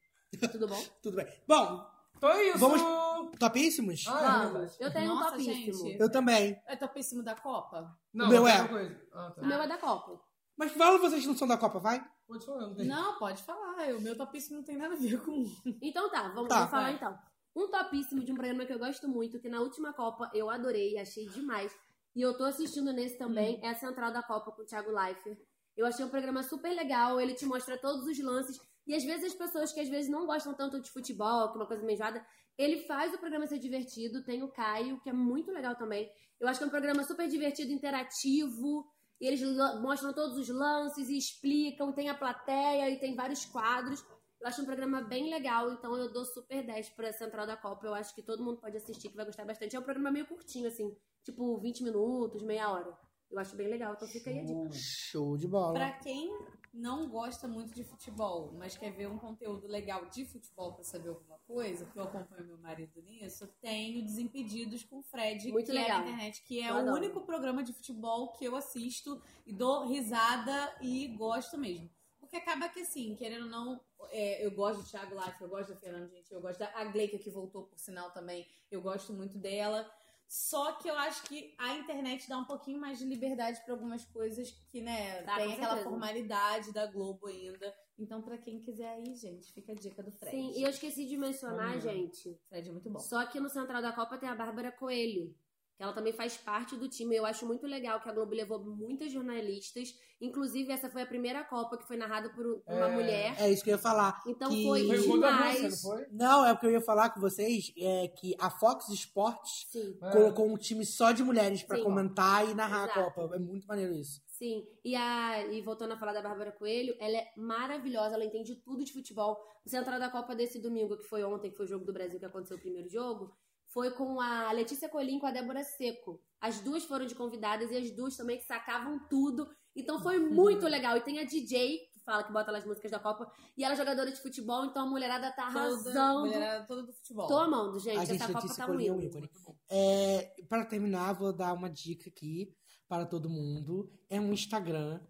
Tudo bom? Tudo bem. Bom, Então é isso. Vamos- topíssimos? Ah, é Vamos. verdade. Eu tenho um Nossa, topíssimo. gente. Eu também. É topíssimo da Copa? Não, O meu mas é. outra coisa. Ah, tá. O meu é da Copa. Mas fala vocês que não são da Copa, vai? Pode falar, não tem. Não, pode falar. O meu topíssimo não tem nada a ver com... Então tá, vamos Tá, vamos falar vai. então. Um topíssimo de um programa que eu gosto muito, que na última Copa eu adorei, achei demais. E eu tô assistindo nesse também, é a Central da Copa com o Thiago Leifert. Eu achei um programa super legal, ele te mostra todos os lances. E às vezes as pessoas que às vezes não gostam tanto de futebol, que é uma coisa meio enjoada, ele faz o programa ser divertido. Tem o Caio, que é muito legal também. Eu acho que é um programa super divertido, interativo. E eles la- mostram todos os lances e explicam. Tem a plateia e tem vários quadros. Eu acho um programa bem legal, então eu dou super 10 pra Central da Copa. Eu acho que todo mundo pode assistir, que vai gostar bastante. É um programa meio curtinho, assim, tipo 20 minutos, meia hora. Eu acho bem legal, então fica aí a dica. Show de bola. Pra quem não gosta muito de futebol, mas quer ver um conteúdo legal de futebol pra saber alguma coisa, que eu acompanho meu marido nisso, tem o Desimpedidos com o Fred, Muito que é legal. na internet, que é Eu o adoro. único programa de futebol que eu assisto e dou risada e gosto mesmo. Porque acaba que assim, querendo ou não, é, eu gosto do Thiago Life, eu gosto da Fernanda Gente, eu gosto da a Gleica que voltou por sinal também, eu gosto muito dela. Só que eu acho que a internet dá um pouquinho mais de liberdade para algumas coisas que, né, Tá, tem com aquela certeza. formalidade da Globo ainda. Então, para quem quiser aí, gente, fica a dica do Fred. Sim, e eu esqueci de mencionar, Hum. gente. Fred é muito bom. Só que no Central da Copa tem a Bárbara Coelho, que ela também faz parte do time. Eu acho muito legal que a Globo levou muitas jornalistas. Inclusive, essa foi a primeira Copa que foi narrada por por uma É, mulher. É isso que eu ia falar. Então que... foi Foi o gol da demais. Rússia, não foi? Não, é o que eu ia falar com vocês, é que a Fox Sports É. colocou um time só de mulheres pra É. Sim. comentar e narrar Exato. a Copa. É muito maneiro isso. Sim, e, a, e voltando a falar da Bárbara Coelho, ela é maravilhosa, ela entende tudo de futebol. O central da Copa desse domingo, que foi ontem, que foi o jogo do Brasil, que aconteceu o primeiro jogo, foi com a Letícia Colim e com a Débora Seco. As duas foram de convidadas e as duas também que sacavam tudo. Então foi Uhum. muito legal. E tem a DJ, que fala que bota lá as músicas da Copa, e ela é jogadora de futebol, então a mulherada tá Toda, arrasando. mulherada toda do futebol. Tô amando, gente. a Essa gente Copa tá Letícia um Colin é um ícone. ícone. É, para terminar, vou dar uma dica aqui para todo mundo. É um Instagram,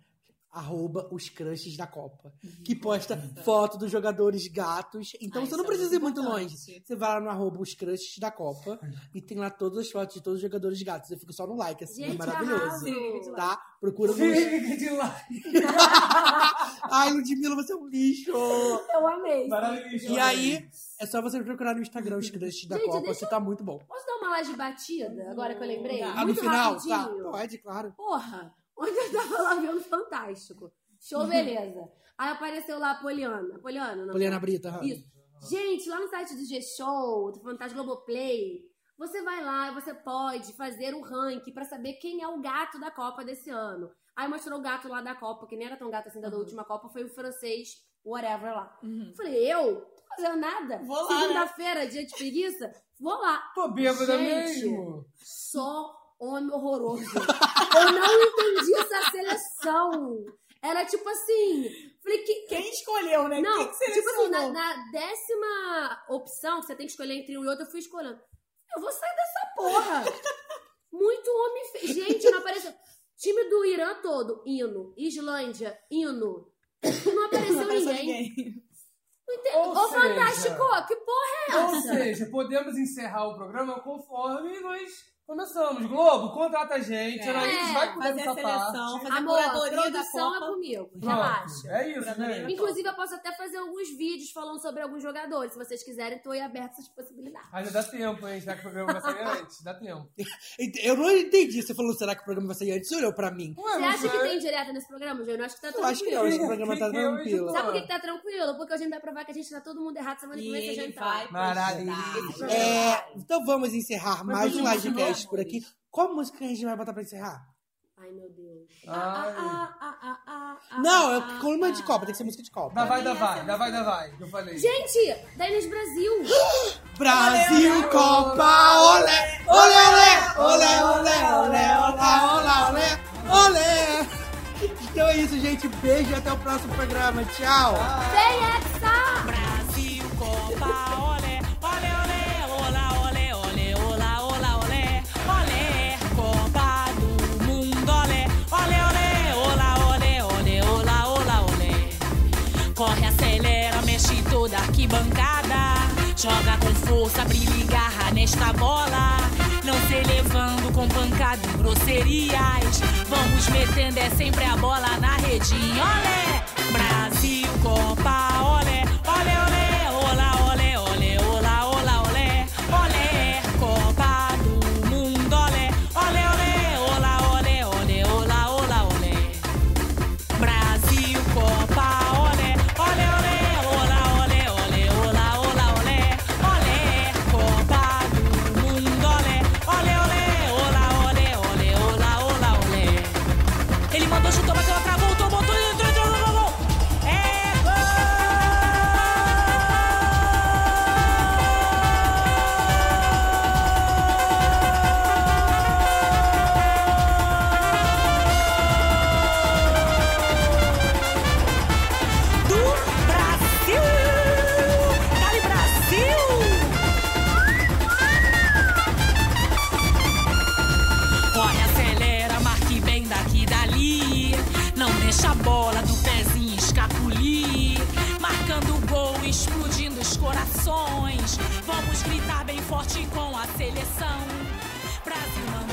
arroba os crushes da Copa, Uhum. que posta foto dos jogadores gatos. Então Ah, você isso não é precisa ir muito muito longe. importante. Você vai lá no arroba os crushes da Copa e tem lá todas as fotos de todos os jogadores gatos. Eu fico só no like, assim, é Gente, maravilhoso. arraso! Tá? Sim, Procura alguns- de lá. Ai, Ludmilla, você é um lixo! Eu amei. Maravilhoso. E aí, é só você procurar no Instagram os crushes da Gente, Copa, deixa você tá muito bom. Posso dar uma laje batida, agora que eu lembrei? Ah, no Muito final? rapidinho. Tá, pode, claro. Porra, onde eu tava lá vendo Fantástico. Uhum. Show, beleza. Aí apareceu lá a Poliana. Poliana, não? Poliana Brito, aham. Isso. Gente, lá no site do G-Show, do Fantástico Globoplay, você vai lá e você pode fazer um ranking pra saber quem é o gato da Copa desse ano. Aí mostrou o gato lá da Copa, que nem era tão gato assim da Uhum. da última Copa, foi o francês, whatever lá. Falei, eu? Tô fazendo nada. Vou lá, né? Segunda-feira, dia de preguiça, vou lá. Tô bêbada Gente, mesmo. Só homem horroroso. Eu não entendi essa seleção. Era tipo assim. Falei que. Quem escolheu, né? Não, Quem que tipo assim, na, selecionou? na décima opção, que você tem que escolher entre um e outro, eu fui escolhendo. Eu vou sair dessa porra. Muito homem. Fe... Gente, não apareceu. Time do Irã todo, hino. Islândia, hino. Não apareceu, Não apareceu ninguém. ninguém. Não entendi. Ou Ô, seja- Fantástico, que porra é Ou essa? seja, podemos encerrar o programa conforme nós começamos. Globo, contrata a gente. É. Ana Iris vai cuidar Fazer a dessa seleção, parte. fazer Amor, a a curadoria da produção é Copa. comigo. Pronto. Relaxa. É isso, Curadoria né? da Inclusive, eu posso até fazer alguns vídeos falando sobre alguns jogadores. Se vocês quiserem, tô aí aberta a essas possibilidades. Ainda dá tempo, hein? Será que o programa vai sair antes? Dá tempo. Ent- Eu não entendi. Você falou, será que o programa vai sair antes? Você olhou pra mim. Você acha que tem direta nesse programa, Júnior? Eu acho que tá Eu acho que não, tranquilo. esse programa tá Quem é o tranquilo. editor? Sabe por que que tá tranquilo? Porque a gente vai provar que a gente tá todo mundo errado semana que E vem se a ele gente vai vai. Maravilha. postar. É, então vamos encerrar Mas mais um vamos continuar, livecast por aqui. Qual música a gente vai botar pra encerrar? Ai, meu Deus. Ai. Ah, ah, ah, ah, ah, não, ah, é coluna de ah. Copa, tem que ser música de Copa. Dá vai, dá vai, dá vai, dá vai. que Eu falei. é Gente, da Inês Brasil. Brasil, Copa, olé, olé, olé, olé, olé, olé, olé, olé, olé. Então é isso, gente. Beijo e até o próximo programa. Tchau. Vem, Hexa! Brasil, Copa, olé, olé, olé, olá, olé, olé, olá, olá, olé, olé, Copa do Mundo, olé, olé, olé, olá, olé, olé, olá, olá, olé. Corre, acelera, mexe toda a arquibancada, joga com força, brilha e garra nesta bola. Não se levando com pancada e grosserias, vamos metendo é sempre a bola na redinha, olé, Brasil, Copa, olé, olé, olé, olá, olé, olé, olá, olá, olé, olé, Copa do Mundo, olé, olé, olé, olá, olé, olé, olá, olá, olé, Brasil, Copa, olé, olé, olé, olá, olé, olé, olá, olá, olé, olé, Copa do Mundo, olé, olé, olé, olá, olé, olé, olá, olá, olé. Ele mandou, chutou, bateu, acabou, tomou tudo, entrou, entrou, entrou, entrou, entrou. É gol do Brasil! Dale, Brasil! Corre, acelera, marque bem daqui e dali. Não deixa a bola do pezinho escapulir. Marcando o gol, explodindo os corações. Vamos gritar bem forte com a seleção. Pra Brasil não é